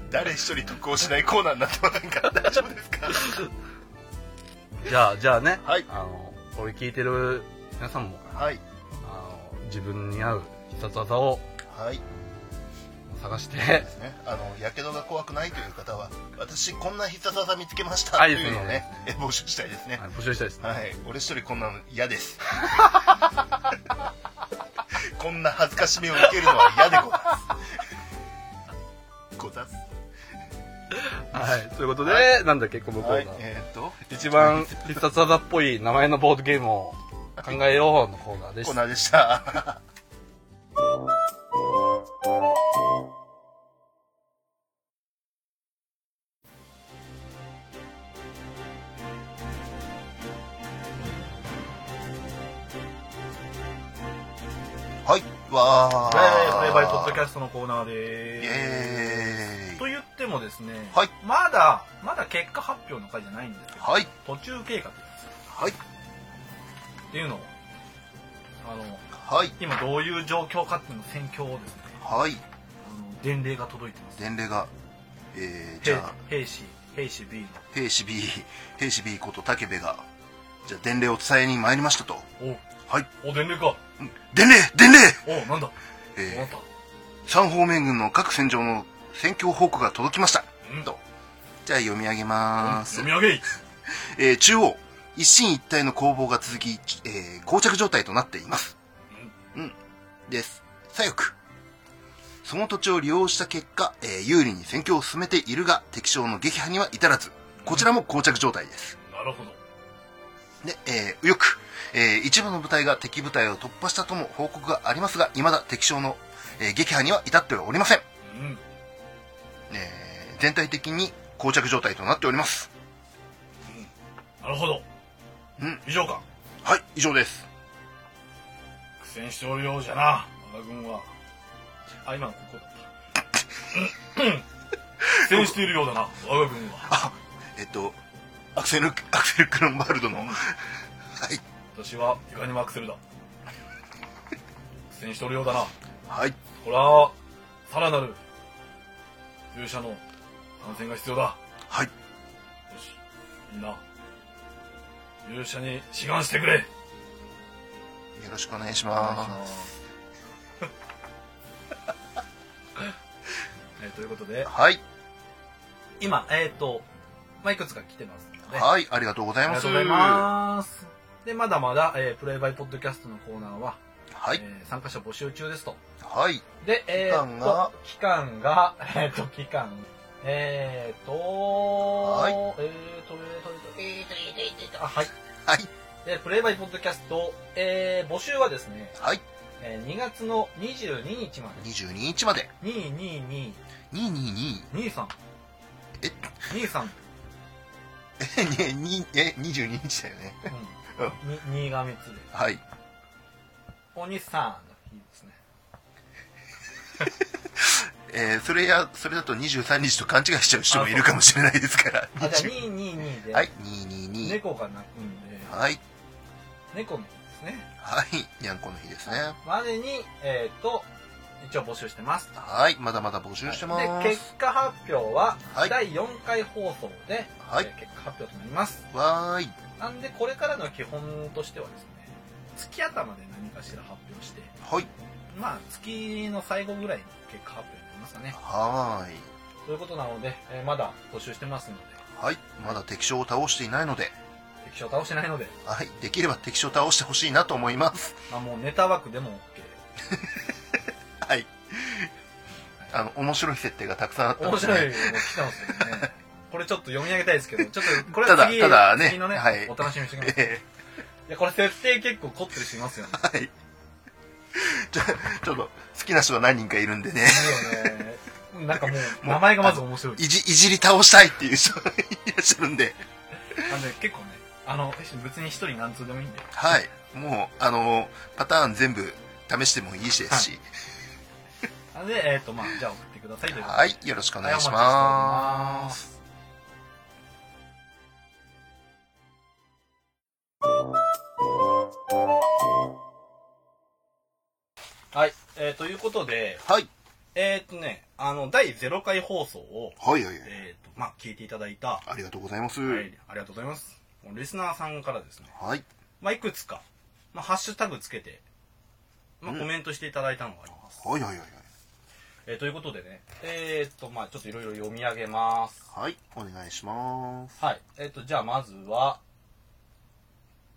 B: 誰一人得をしないコーナーになってませんから大丈夫ですか
A: ーじゃあじゃあね、
B: はい
A: あのこれ聞いてる皆さんも
B: はい
A: あの自分に合う必殺技を
B: はい
A: 探して
B: ですねあのやけどが怖くないという方は私こんな必殺技見つけましたと
A: はい
B: いうのをね
A: で
B: え募集したいですね
A: あの募集したいですね、
B: はい俺一人こんなの嫌です こんな恥ずかしめを受けるのは嫌でございますございます
A: はい、ということで、なんだっけこのコーナー、
B: はいえーっと
A: 一番必殺技っぽい名前のボードゲームを考えようのコーナーで
B: コ
A: す
B: ー。ナーでしたはいわー
E: バイバイポッドキャストのコーナーで
B: イエ
E: す。
B: ー
E: と
B: イ
E: 言ってもですね、
B: はい
E: まだ、まだ結果発表の回じゃないんですけど、
B: はい
E: 途中経過っ
B: はい
E: ていうのを、あの、
B: はい
E: 今どういう状況かっていうの戦況をですね、
B: はい
E: あの伝令が届いてます。
B: 伝令がえー、じ
E: 兵
B: ゃあ
E: 兵士、兵士 B
B: 兵士 B 兵士 B こと武部がじゃあ伝令を伝えに参りましたと
E: の。
B: はい
E: お、お、伝令か。
B: 伝令伝令
E: お、なんだ。
B: えー
E: あんた。
B: 三方面軍の各戦場の戦況報告が届きました
E: うんだ。
B: じゃあ読み上げます
E: 読、み上げい。
B: えー中央一進一退の攻防が続き、えー膠着状態となっていますうんです左翼その土地を利用した結果、えー有利に戦況を進めているが敵将の撃破には至らずこちらも膠着状態です
E: なるほど。
B: で、えー右翼、えー一部の部隊が敵部隊を突破したとも報告がありますが未だ敵将の、えー撃破には至っておりません
E: うん。
B: えー全体的に膠着状態となっております
E: なるほど。
B: うん。
E: 以上か。
B: はい以上です
E: 苦戦しておるようじゃな、我が軍は。あ、今のここだった。 うん苦戦しているようだな、我が軍は。
B: あえっとアクセルアクセル・クロンバルドのはい
E: 私はいかにもアクセルだ。苦戦しておるようだな。
B: はい
E: これは、さらなる、勇者の参戦が必要だ。よ
B: はい
E: し、みんな、勇者に志願してくれ。
B: よろしくお願いしま、
E: えーということです
B: はい
E: 今、えっ、と、まあ、いくつか来てますので、
B: はいありがとうござい
E: あり
B: ま
E: が
B: す
E: とうございます。で、まだまだ、えープレイバイポッドキャストのコーナーは、
B: はい。
F: えー参加者募集中ですと。
B: はい。
F: で、えー、っ
B: 期間が
F: と、期間が、えー、っと、期間、えー、っと、
B: い
F: えー、っと、えー、っと、えー、っと、えー、っと、えー、っと、あ、はい。
B: はい。
F: で、プレイバイポッドキャスト、えー、募集はですね、
B: はい。
F: えー、2月の22日ま
B: 22日まで。
F: で、222、
B: 222。
F: 23、
B: え
F: 23、
B: え、ににえ、22日だよね。
F: うん、に2が3つで、
B: はい。
F: おにさんの日ですね。
B: えーそれや、それだと23日と勘違いしちゃう人もいるかもしれないですから。
F: あ、じゃあ
B: 20
F: 222で、
B: はい。222。
F: 猫が鳴くんで、
B: はい。
F: 猫の日ですね。
B: はい。にゃんこの日ですね。
F: までに、えー、っと、一応募集してます。
B: はい。まだまだ募集してま。
F: です結果発表は
B: はい
F: 第4回放送で、
B: はい
F: えー結果発表となります
B: わーい。
F: なんでこれからの基本としてはですね月頭で何かしら発表して
B: はい。
F: まあ月の最後ぐらいに結果発表になりますかね
B: はーい。
F: ということなので、えーまだ募集してますので
B: はい。まだ敵将を倒していないので、
F: 敵将倒してないので、
B: はい。できれば敵将を倒してほしいなと思います。
F: まあ、もうネタ枠でも OK
B: はい。あの、面白い設定がたくさんあったの
F: 面
B: で
F: 白い
B: ね、
F: の来てますけどねこれちょっと読み上げたいですけどちょっとこれ
B: ただ
F: は次
B: ただね
F: 次のね、
B: はい
F: お楽しみにしてください
B: え
F: いやこれ設定結構凝ってる人いますよね
B: ーはい。ちょ、ちょっと、好きな人が何人かいるんでね、
F: いいよね。なんかもう、名前がまず面白い。
B: いじ、いじり倒したいっていう人がいらっしゃるんで、
F: なんで結構ね、あの、別に一人何通でもいいんで。
B: はい。もう、あの、パターン全部試してもいいしですし、
F: なんで、えっ、と、まあ、じゃあ送ってくださいということで
B: はい。よろしくお願いし
F: はいお
B: ま
F: 待ち
B: す。
A: はい、えーということで、
B: はい。
A: えーっとね、あの、第0回放送を、
B: はいはいはい。
A: えーっと、まあ、聞いていただいた、は
B: ありがとうございます。
A: い、ありがとうございます。もうリスナーさんからですね、
B: はい。
A: まあ、いくつか、まあ、ハッシュタグつけて、まあ、
B: うん
A: コメントしていただいたのがあります。
B: はいはいはいはい。
A: えーということでね、えーっと、まあ、ちょっといろいろ読み上げます。
B: はい、お願いします。
A: はい、えーっと、じゃあまずは、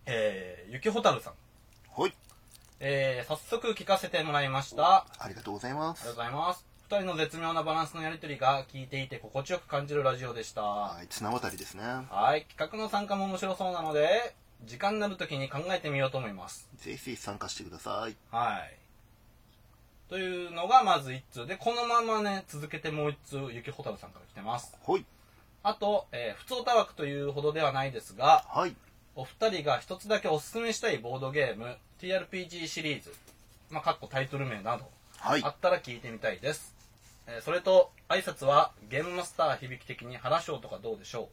A: えー、ゆきほたるさん。
B: はい、
A: えー、早速聞かせてもらいました。
B: ありがとうございま
A: ありがとう
B: す。
A: ございます。二人の絶妙なバランスのやりとりが聞いていて心地よく感じるラジオでした。は
B: はい、綱渡りですね。
A: い。企画の参加も面白そうなので、時間になるときに考えてみようと思います。
B: ぜひぜひ参加してください。
A: はい。というのがまず一通で、このままね、続けてもう一通、ゆきほたるさんから来てます。
B: はい、
A: あと、えー、普通オタ枠というほどではないですが、
B: はい、
A: お二人が一つだけおすすめしたいボードゲーム、TRPG シリーズ、まあ、かっこタイトル名など、
B: はい
A: あ。ったら聞いてみたいです、えーそれと挨拶はゲームマスター響き的に原賞とかどうでしょ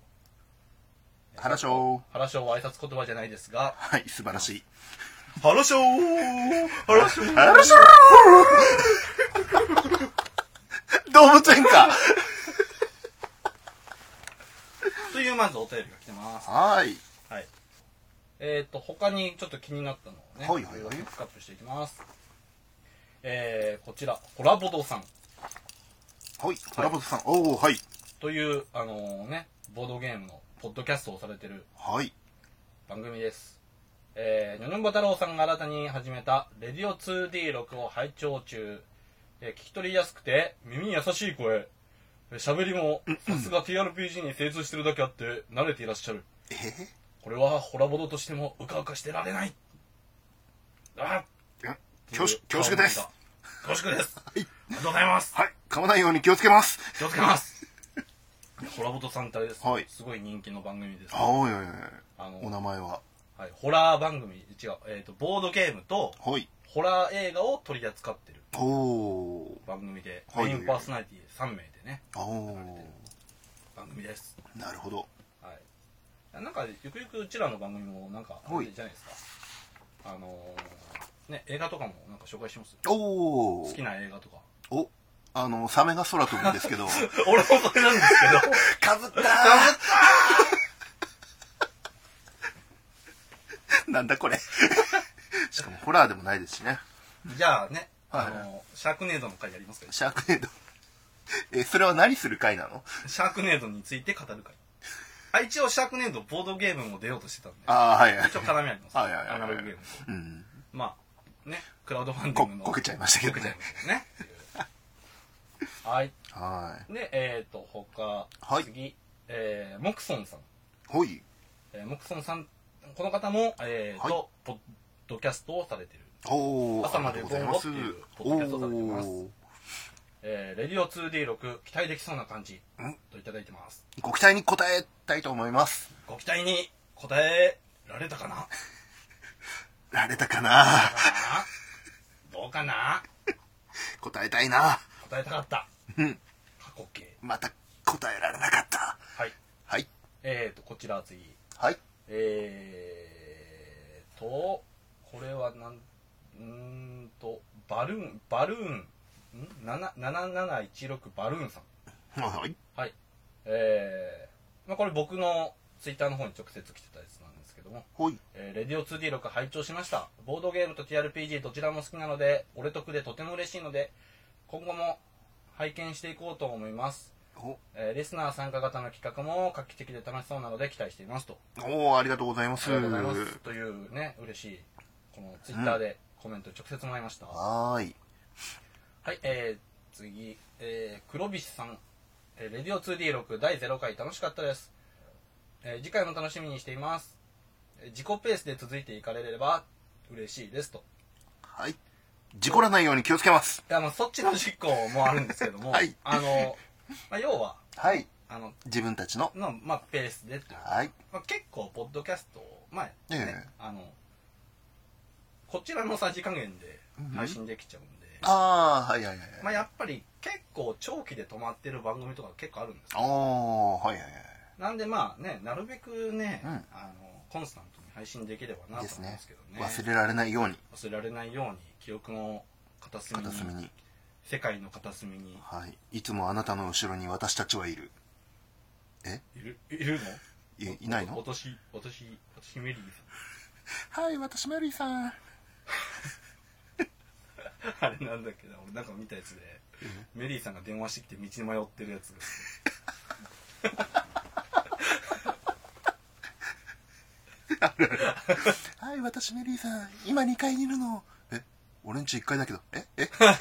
A: う
B: 原賞
A: 原賞は挨拶言葉じゃないですが
B: はい、素晴らしい。
F: ハショーハロショー
B: あらしょー動物園か
A: というまずお便りが来てます
B: はい、
A: えっ、と他にちょっと気になったのをね
B: はいはいはい
A: ろろピックアップしていきますえー、こちらコラボドさん
B: はい、トラボトさん、おー、はい、
A: というあのねボードゲームのポッドキャストをされてる
B: はい、
A: 番組です。えー、ニョニョンバ太郎さんが新たに始めた、レディオ 2D6 を拝聴中。えー聞き取りやすくて、耳に優しい声。えー喋り も、さすが TRPG に精通してるだけあって、慣れていらっしゃる。
B: えー
A: これは、ホラボドとしても、うかうかしてられない。あ
B: 恐縮恐縮です。。
A: 恐縮 です。ありがとうございます。
B: はい、噛まないように気をつけます。
A: 気をつけます。ホラボドさんってあれです、
B: はい
A: すごい人気の番組です。
B: はい、はい、はい。
A: あの
B: お名前は
A: はい、ホラー番組、違う、えっ、と、ボードゲームと、
B: はい、
A: ホラー映画を取り扱ってる
B: おー、
A: 番組で、
B: はい
A: メインパーソナリティ3名でね、
B: お
A: 番組です。
B: ー、なるほど。
A: はい。なんか、ゆくゆくうちらの番組も、なんか、あ
B: はい
A: れじゃないですか。あのー、ね、映画とかもなんか紹介します
B: お
A: 好き
B: ー、
A: な映画とか。
B: お、あの、サメが空飛ぶんですけど、
A: 俺もそれなんですけど。
B: かぶったなんだこれ。しかもホラーでもないですしね。
A: じゃあね、
B: はい
A: あのー、シャークネードの回やりますか
B: シャークネード。え、それは何する回なの
A: シャークネードについて語る回。あ、一応シャークネードボードゲームも出ようとしてたんで、
B: ああ、はいはい
A: 一。応絡みあります。
B: はいはいはいはい
A: アナログゲーム。
B: うん。
A: まあ、ね、クラウドファンディ
B: こ
A: ングの。
B: こけちゃいましたけどね。
A: ね。はい。
B: はい。
A: で、えっ、と、他、
B: はい
A: 次、えー、モクソンさん。
B: ほい。
A: えー、モクソンさん、この方も、えーと、
B: は
A: ポッドキャストをされてる。
B: おー。
A: 朝まで
B: ありがとうございます
A: 午後っていうポッドキャストされてます
B: おー
A: えー、レディオ 2D6、期待できそうな感じ
B: ん、
A: といただいてます。
B: ご期待に応えたいと思います。
A: ご期待に応えられたか な
B: られたかな
A: かなどうかな
B: 答えたいな
A: 答えたかった。
B: うん。
A: 過去形。
B: また答えられなかった。
A: はい。
B: はい。
A: えーと、こちら次。
B: はい。
A: えーと、これはなん、うーんと、バルーン、バルーン、ん ?7- 7716バルーンさん。
B: はい。
A: はい。えー、まあこれ僕のツイッターの方に直接来てたやつなんですけども、
B: ほい。
A: えーレディオ 2D6 拝聴しました。ボードゲームと TRPG どちらも好きなので、俺得でとても嬉しいので、今後も拝見していこうと思います。
B: お
A: えーリスナー参加型の企画も画期的で楽しそうなので期待していますと。
B: おー、ありがとうございます。
A: ありがとうございます。というね、嬉しい、このツイッターでコメント直接もらいました。は
B: はーい。
A: い、えー、次、えー、黒菱さん、えーレディオ 2D6 第0回楽しかったです。えー次回も楽しみにしています。えー自己ペースで続いていかれれば嬉しいですと。
B: はい。事故らないように気をつけます。
A: いや、まあそっちの実行もあるんですけども、
B: はい
A: あの、まあ、要は、
B: はい。
A: あの、
B: 自分たちの。
A: の、まあ、ペースでっていう
B: はい。
A: まあ、結構、ポッドキャストを、まあ、ね、
B: ええ
A: あの、こちらのさじ加減で配信できちゃうんで、
B: あー、はいはいはいはい。
A: まあ、やっぱり結構長期で止まってる番組とか結構あるんですよ
B: おー、はいはいはい。
A: なんでまあね、なるべくね、
B: うん
A: あの、コンスタントに配信できればなと
B: です
A: 思うんで
B: ね
A: すけどね。
B: 忘れられないように
A: 忘れられないように、記憶の片隅に、
B: 片隅に、
A: 世界の片隅に
B: はい、いつもあなたの後ろに私たちはいる
A: いる、いる
B: いいない
A: の
B: の
A: 私、私、私メリー さ
B: はい私メリーさん
A: ん。あれなんだっけな、俺なんか見たやつで、メリーさんが電話してきて道に迷ってるやつが。
B: はい私メリーさん今2階にいるのえ俺んち1階だけどええ
A: は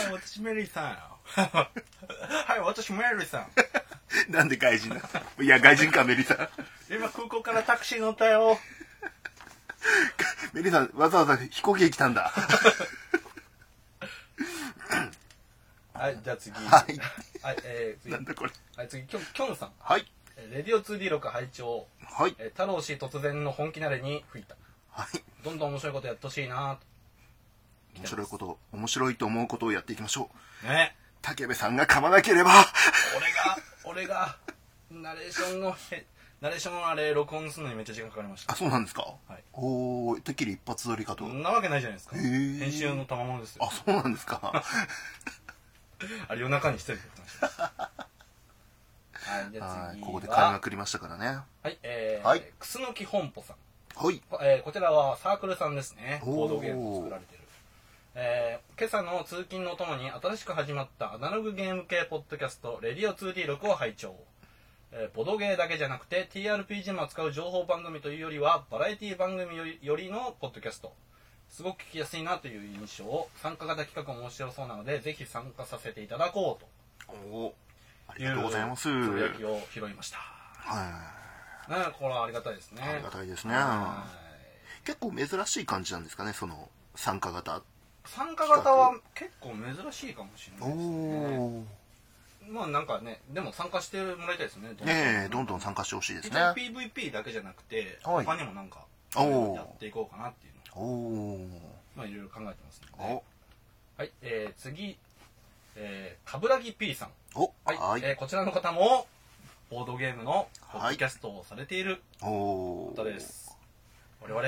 A: い、私メリーさん。はい、私メリーさん。
B: なんで外人だいや外人かメリーさん
A: 今空港からタクシー乗ったよ。
B: メリーさんわざわざ飛行機で来たんだ
A: はい、じゃあ次。
B: は
A: はいえー次。
B: なんだこれ
A: はい、次、きょん、きょんさん。
B: はい
A: えーレディオ 2D6 拝聴。
B: はい
A: えー、太郎氏突然の本気なれに吹いた。
B: はい
A: どんどん面白いことやってほしいな
B: 面白いこと面白いと思うことをやっていきましょう
A: と。ね。
B: 武部さんが噛まなければ
A: 俺が、俺が、ナレーションのへ、ナレーションのあれ、録音するのにめっちゃ時間かかりました
B: あ。そうなんですか、
A: はい
B: おおてっきり一発撮りかと、
A: そんなわけないじゃないですか。
B: へー
A: 編集の賜物ですよ
B: あ。そうなん ですか
A: あれ、夜中に一人でやってました。はい、じゃあ
B: はい
A: 次は。
B: ここで買いまくりましたからね
A: はい、えー、
B: はい
A: くすのき本舗さん。
B: はい
A: こえーこちらはサークルさんですね。
B: おー
A: ボードゲームを作られてる。えー今朝の通勤のお供に新しく始まったアナログゲーム系ポッドキャスト、レディオ 2D6 を拝聴。えーボドゲーだけじゃなくて TRPG も扱う情報番組というよりはバラエティ番組よりよりのポッドキャストすごく聞きやすいなという印象を参加型企画も面白そうなのでぜひ参加させていただこう
B: おおあ
A: と
B: り
A: いう
B: がとうございます。
A: つぶや
B: は
A: きを拾いました
B: い。
A: ねこれはありがたいですね
B: ありがたいですね。
A: はい
B: 結構珍しい感じなんですかね、その参加型。
A: 参加型は結構珍しいかもしれ
B: お
A: ないですね
B: お。
A: まあなんかねでも参加してもらいたいですねどんどん
B: ねえ、どんどん参加してほしいです
A: 一
B: ね
A: 応。PVP だけじゃなくて、
B: はい
A: 他にもなんか
B: おー
A: やっていこうかなっていうのを
B: おお。
A: まあいろいろ考えてますので、
B: お
A: はいえー、次えー、かぶらぎ P さん
B: お
A: はい、
B: はい。
A: えーこちらの方もボードゲームのポッドキャストをされている
B: おお
A: 方。です、我々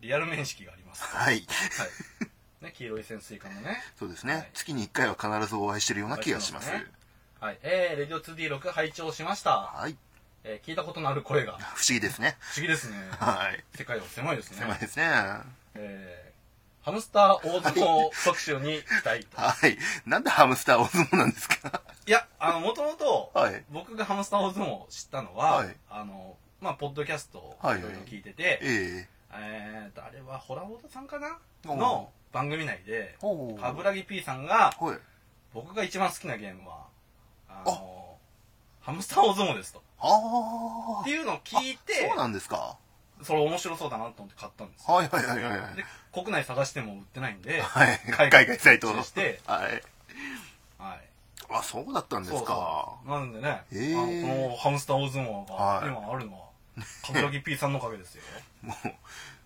A: リアル面識がありますは
B: はい。
A: い、ね、黄色い潜水艦のね
B: そうです
A: は
B: ね
A: い。
B: 月に1回は必ずお会いしてるような気がします
A: お会い。してはいえー、レディオ 2D6 拝聴しました
B: はい。
A: えー聞いたことのある声が
B: 不思議ですね。
A: 不思議です ね
B: はい。
A: 世界は狭いですね
B: 狭いですね。
A: えーハムスター大相撲特集に期待と
B: はい。なんでハムスター大相撲なんですか
A: いやあのもともと
B: はい
A: 僕がハムスター大相撲を知ったのは、
B: はい
A: あのまあ、ポッドキャストをい
B: はい
A: ろいろ聞いてて、
B: え
A: えーと、あれは、ホラボードさんかな
B: え
A: の番組内で、
B: ほう
A: 冠城 P さんが、
B: はい
A: 僕が一番好きなゲームは、あの、ハムスター大相撲ですと。
B: ああ
A: っていうのを聞いて
B: そう、なんですか
A: それ面白そうだなと思って買ったんですよ。
B: はいはいはいはいはい
A: で、国内探しても売ってないんで、
B: はい海外サイト
A: 注
B: の
A: 意して、
B: はい
A: はい。
B: あそうだったんです
A: そ
B: か
A: うそうなんでね、
B: へー
A: あのこのハムスター大相撲
B: は
A: が
B: い
A: 今あるのは、冠城 P さんのおかげですよ。
B: もう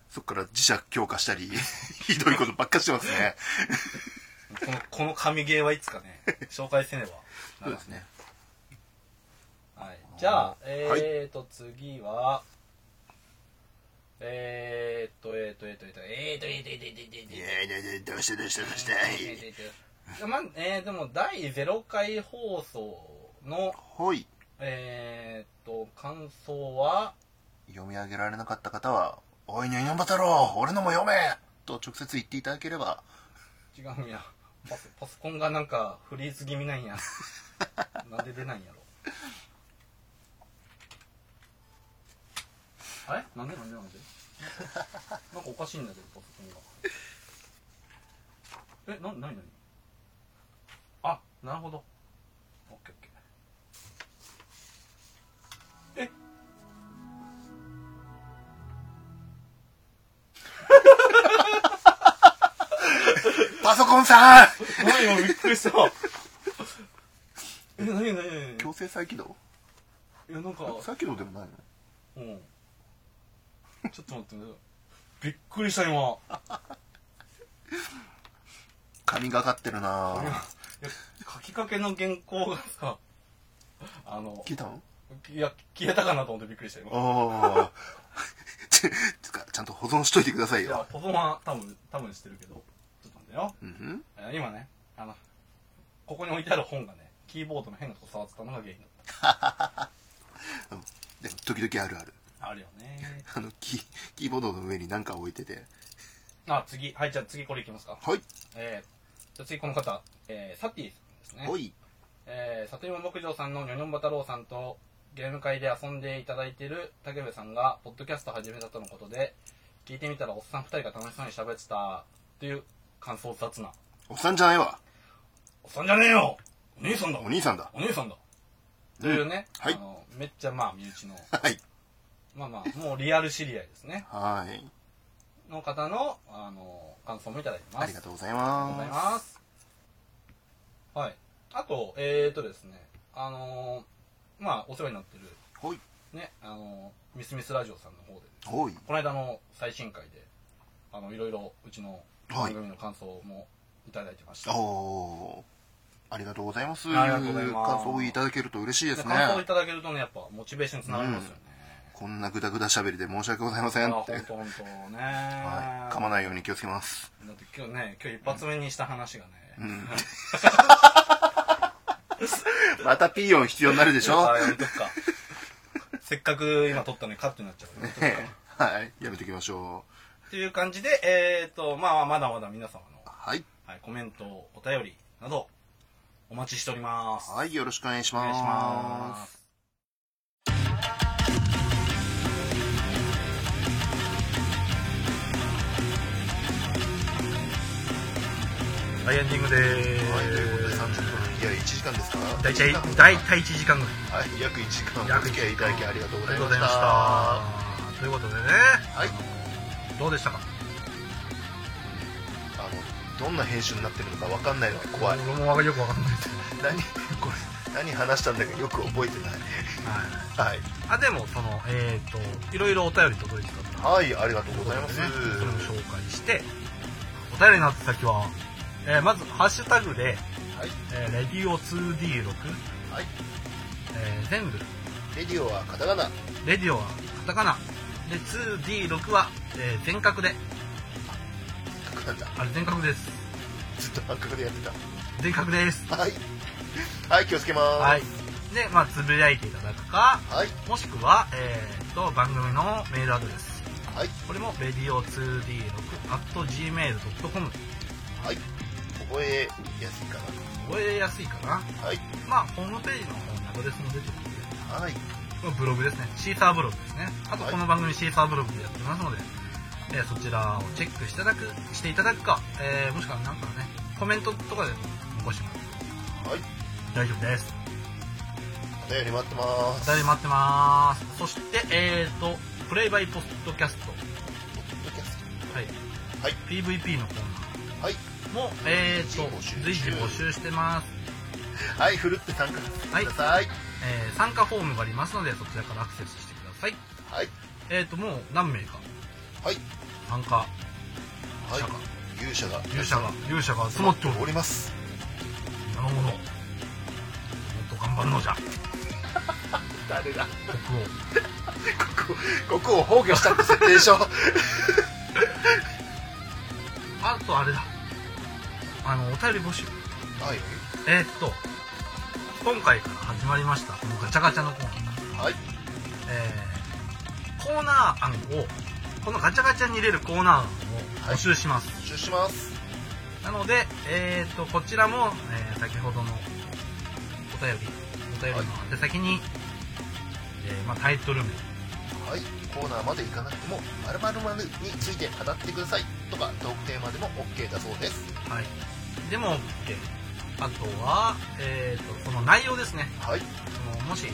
B: そっから自社強化したり ひどいことばっかしてますね
A: この、この神ゲーはいつかね、紹介せねばならん。
B: ね
A: はい。じゃあ、
B: はい
A: えーと、次は、えーと、えーと、えーと、えーと、えーと、えーと、えーと、えーと、えーと、
B: い
A: えーと
B: やいやいやどうしてどうしてどうして
A: まあえーでも第0回放送の、
B: はい
A: えー、と感想は
B: 読み上げられなかった方は「おいにゃにゃば太郎俺のも読め!」と直接言っていただければ
A: 違うんやパソパソコンがなんかフリーズ気味なんやなんで出ないんやろあれなんでなんでなんでなんかおかしいんだけどパソコンがえななになにあなるほどオッケーオッケー
B: パソコンさん
A: 何今びっくりしたえ、なになになに
B: 強制再起動
A: いやなんか、
B: 再起動でもないの
A: うん。ちょっと待ってね。びっくりした今。
B: 神がかってるなぁ
A: 書きかけの原稿がさ、あの、
B: 聞いたの
A: いや、消えたかなと思ってびっくりした今。
B: ああ ちつかちゃんと保存しといてください
A: いや
B: よ、
A: 保存は多分、多分してるけど、ちょっと待ってよ。
B: うん
A: えー今ね、あの、ここに置いてある本がね、キーボードの変なとこ触ってたのが原因だっ
B: でも時々あるある
A: た。あるよね。
B: あのキーキーボードの上に何か置いてて
A: あ、次。はい、じゃあ次これいきますか。
B: はい
A: えー、じゃあ次この方、えー、サティさんですね。
B: おい
A: えー、里芋牧場さんのニョニョンバ太郎さんとゲーム会で遊んでいただいている竹部さんがポッドキャスト始めたとのことで聞いてみたらおっさん2人が楽しそうに喋ってたという感想雑な
B: おっさんじゃないわ
A: おっさんじゃねえよお兄さんだ
B: お兄さんだ
A: お姉さんだというね、
B: はい
A: あのめっちゃまあ身内の
B: はい
A: まあまあもうリアル知り合いですね
B: はい
A: の方のあの感想もいただいてます
B: ありがとうござい
A: ありがとうござい
B: ま
A: ます。はい。あと、えーとですね、あのーまあ、お世話になってる、
B: ほい
A: ね、あのーミスミスラジオさんの方で、
B: すおい
A: この間の最新回で、あの、いろいろうちの
B: は
A: 番
B: い
A: 組の感想もいただいてました。
B: おーありがとうございます
A: ありがとうございます
B: 感想をいただけると嬉しいで
A: です
B: ね
A: 感想をいただけるとね、やっぱモチベーションにつながりますよね。
B: こんなグダグダ喋りで申し訳ございませ
A: あ
B: ん
A: あ、
B: っ
A: ほ
B: て
A: んとほんとね。
B: はい噛まないように気をつけます
A: だって今日ね、今日一発目にした話がね、
B: またピーヨン必要になるでしょ
A: あやめとくか。 せっかく今撮ったのにカットになっちゃうからやめとくか。
B: はいやめときましょう
A: という感じで、えーと、まあ、まだまだ皆様の、
B: はい
A: はい、コメント、お便りなど、お待ちしております。
B: はいよろしくお願いし
A: お
B: ます
A: 願いします。
D: はい、エンディングで
B: はいということ
D: ー。
B: です30分いや1時間ですか
D: 大体
B: 一時間、
D: 大体1時間ぐらい。
B: はい約1時間
D: 約
B: お付き合いいただきありがとうご
D: あ
B: ざ
D: り
B: い
D: がとうござ
B: まし
D: い
B: た
D: ました。ということでね、
B: はい
D: どうでしたか
B: あのどんな編集になってるのか分かんないのが怖い
D: 僕もよくわかんないです。
B: 何これ何話したんだかよく覚えてない
D: はい。
B: はい
D: あ、でも、その、えっ、と、いろいろお便り届いてたんで
B: はいありがとうございます
D: ね、それも紹介して、お便りの宛先は、えーまず、ハッシュタグで、
B: はい
D: えーレディオ 2D6、
B: はい
D: えー全部、
B: レディオはカタカナ
D: レディオはカタカナ、で、2D6 は、えー全角で、
B: カタカナだ
D: あれ全角です。
B: ずっと半角でやって
D: 全角です。
B: たはいはい気をつけます
D: はい。で、まあ、つぶやいていただくか、
B: はい
D: もしくは、えーっと、番組のメールアドレス。
B: はい
D: これも、radio2d6.gmail.com。
B: はい覚えやすいか
D: 覚えやすいかな。
B: なはい
D: まあ、ホームページの方にアドレスも出てるんで、
B: はい
D: こ
A: のブログですね。シーサーブログですね。あとこの番組シーサーブログでやってますので、えーそちらをチェックしていただく、していただくか、えーもしくはなんかね、コメントとかで残してもらって。
B: はい。
A: 大丈夫です。
B: お便り待ってます。
A: お便り待ってます。そして、えーと、プレイバイポッドキャスト。はい。
B: はい
A: PVP のコー
B: はい。
A: ナーも、えーと
B: 募集、中
A: 随時募集してます。
B: はい、ふるって参加
A: はい
B: ください。
A: えー参加フォームがありますので、そちらからアクセスしてください。
B: はい。
A: えーと、もう何名か
B: はい。
A: 参加
B: はい
A: 者が、。
B: 勇者が。
A: 勇者が、勇者が集まっておる。
B: おります。
A: なるほど。もっと頑張るのじゃ、
B: 誰が
A: 国王。
B: ここを崩御したって設 定書。
A: あとあれだ。あの、お便り募集。
B: はい。
A: えーっと、今回から始まりました、このガチャガチャのコーナー。
B: はい。
A: えーコーナー案を、このガチャガチャに入れるコーナー案を募集します。
B: 募集します。
A: なので、えー、とこちらも、えー先ほどのお便りお便りの宛先に、えーまあ、タイトル名
B: はい。コーナーまで行かなくても、〇〇〇について語ってください。とか、トークテーマでも OK だそうです。
A: はいでも OK あとは、えー、とその内容ですね
B: はい。
A: そのもし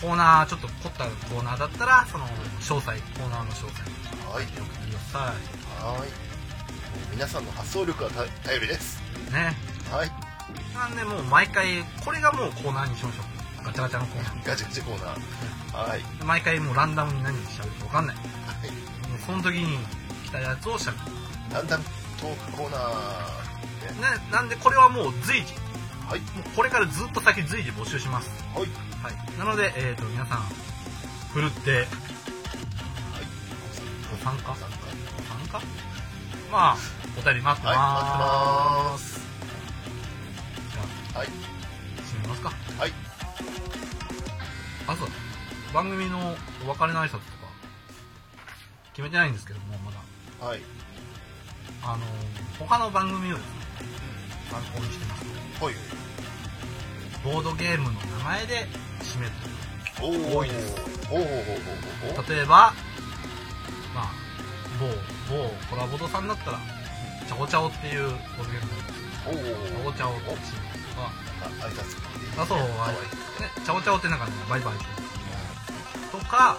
A: コーナーちょっと凝ったコーナーだったらその詳細コーナーの詳細
B: はい。
A: を送ってくださ
B: はい。皆さんの発想力がた頼りです。
A: いね
B: はい。
A: なんでもう毎回これがもうコーナーにしましょうガチャガチャのコーナー
B: ガチガチコーナー。はい。
A: 毎回もうランダムに何しゃべるか分かんない
B: はい。
A: もうその時に来たやつをしゃべる
B: だんだんトークコーナー。
A: ななんでこれはもう随時
B: はい。
A: もうこれからずっと先随時募集します、
B: はい。
A: はい、なので、えー、と皆さんふるってご参加
B: 参加
A: ご参加まあお便り待ってま
B: は
A: ーす、
B: は
A: じゃあ
B: い。
A: 締めますか
B: はい。
A: あと番組のお別れの挨拶とか決めてないんですけどもまだ
B: はい。
A: あの他の番組をですね参考にしてます
B: はい。
A: ボードゲームの名前で締める
B: おお。
A: 多いです。
B: おおおおおお。
A: 例えば、まあ、某、某コラボドさんだったら、チャオチャオっていうボードゲームが
B: おお
A: チャオチャオっていうとか、
B: あ、挨拶。
A: あとは、
B: は
A: ね、チャオチャオってなんかね、バイバイっていうとか、あ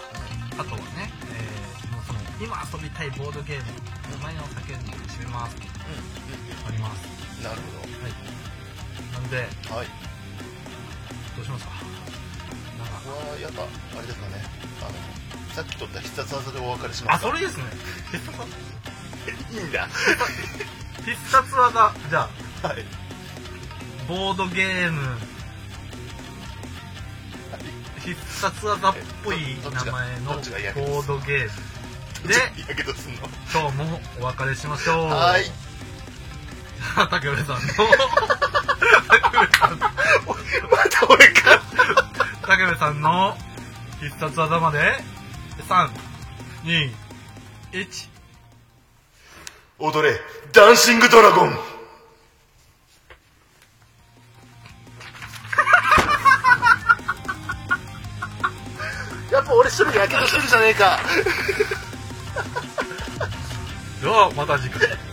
A: とはね、えー、もうその、今遊びたいボードゲーム、名前を叫んで締めます。あります。
B: い。なる
A: なんで、
B: ほど。はい。
A: どうしますかなんか
B: これはやっぱあれですかね。あのさっき撮った必殺技でお別れしま
A: あ、
B: すか。
A: それいいですね。必殺技
B: いいんだ。
A: 必殺技、じゃあ、
B: はい。
A: ボードゲーム必殺技っぽい名前の
B: ど
A: ボ
B: っちがやるんですか
A: ードゲームで
B: やけどすんの。
A: 今日もお別れしましょう
B: はい。
A: 竹部さん の
B: また俺か。
A: 竹部さんの必殺技まで321
B: 踊れ、ダンシングドラゴン。やっぱ俺一人やけどしてるじゃねえか。
A: ではまた次回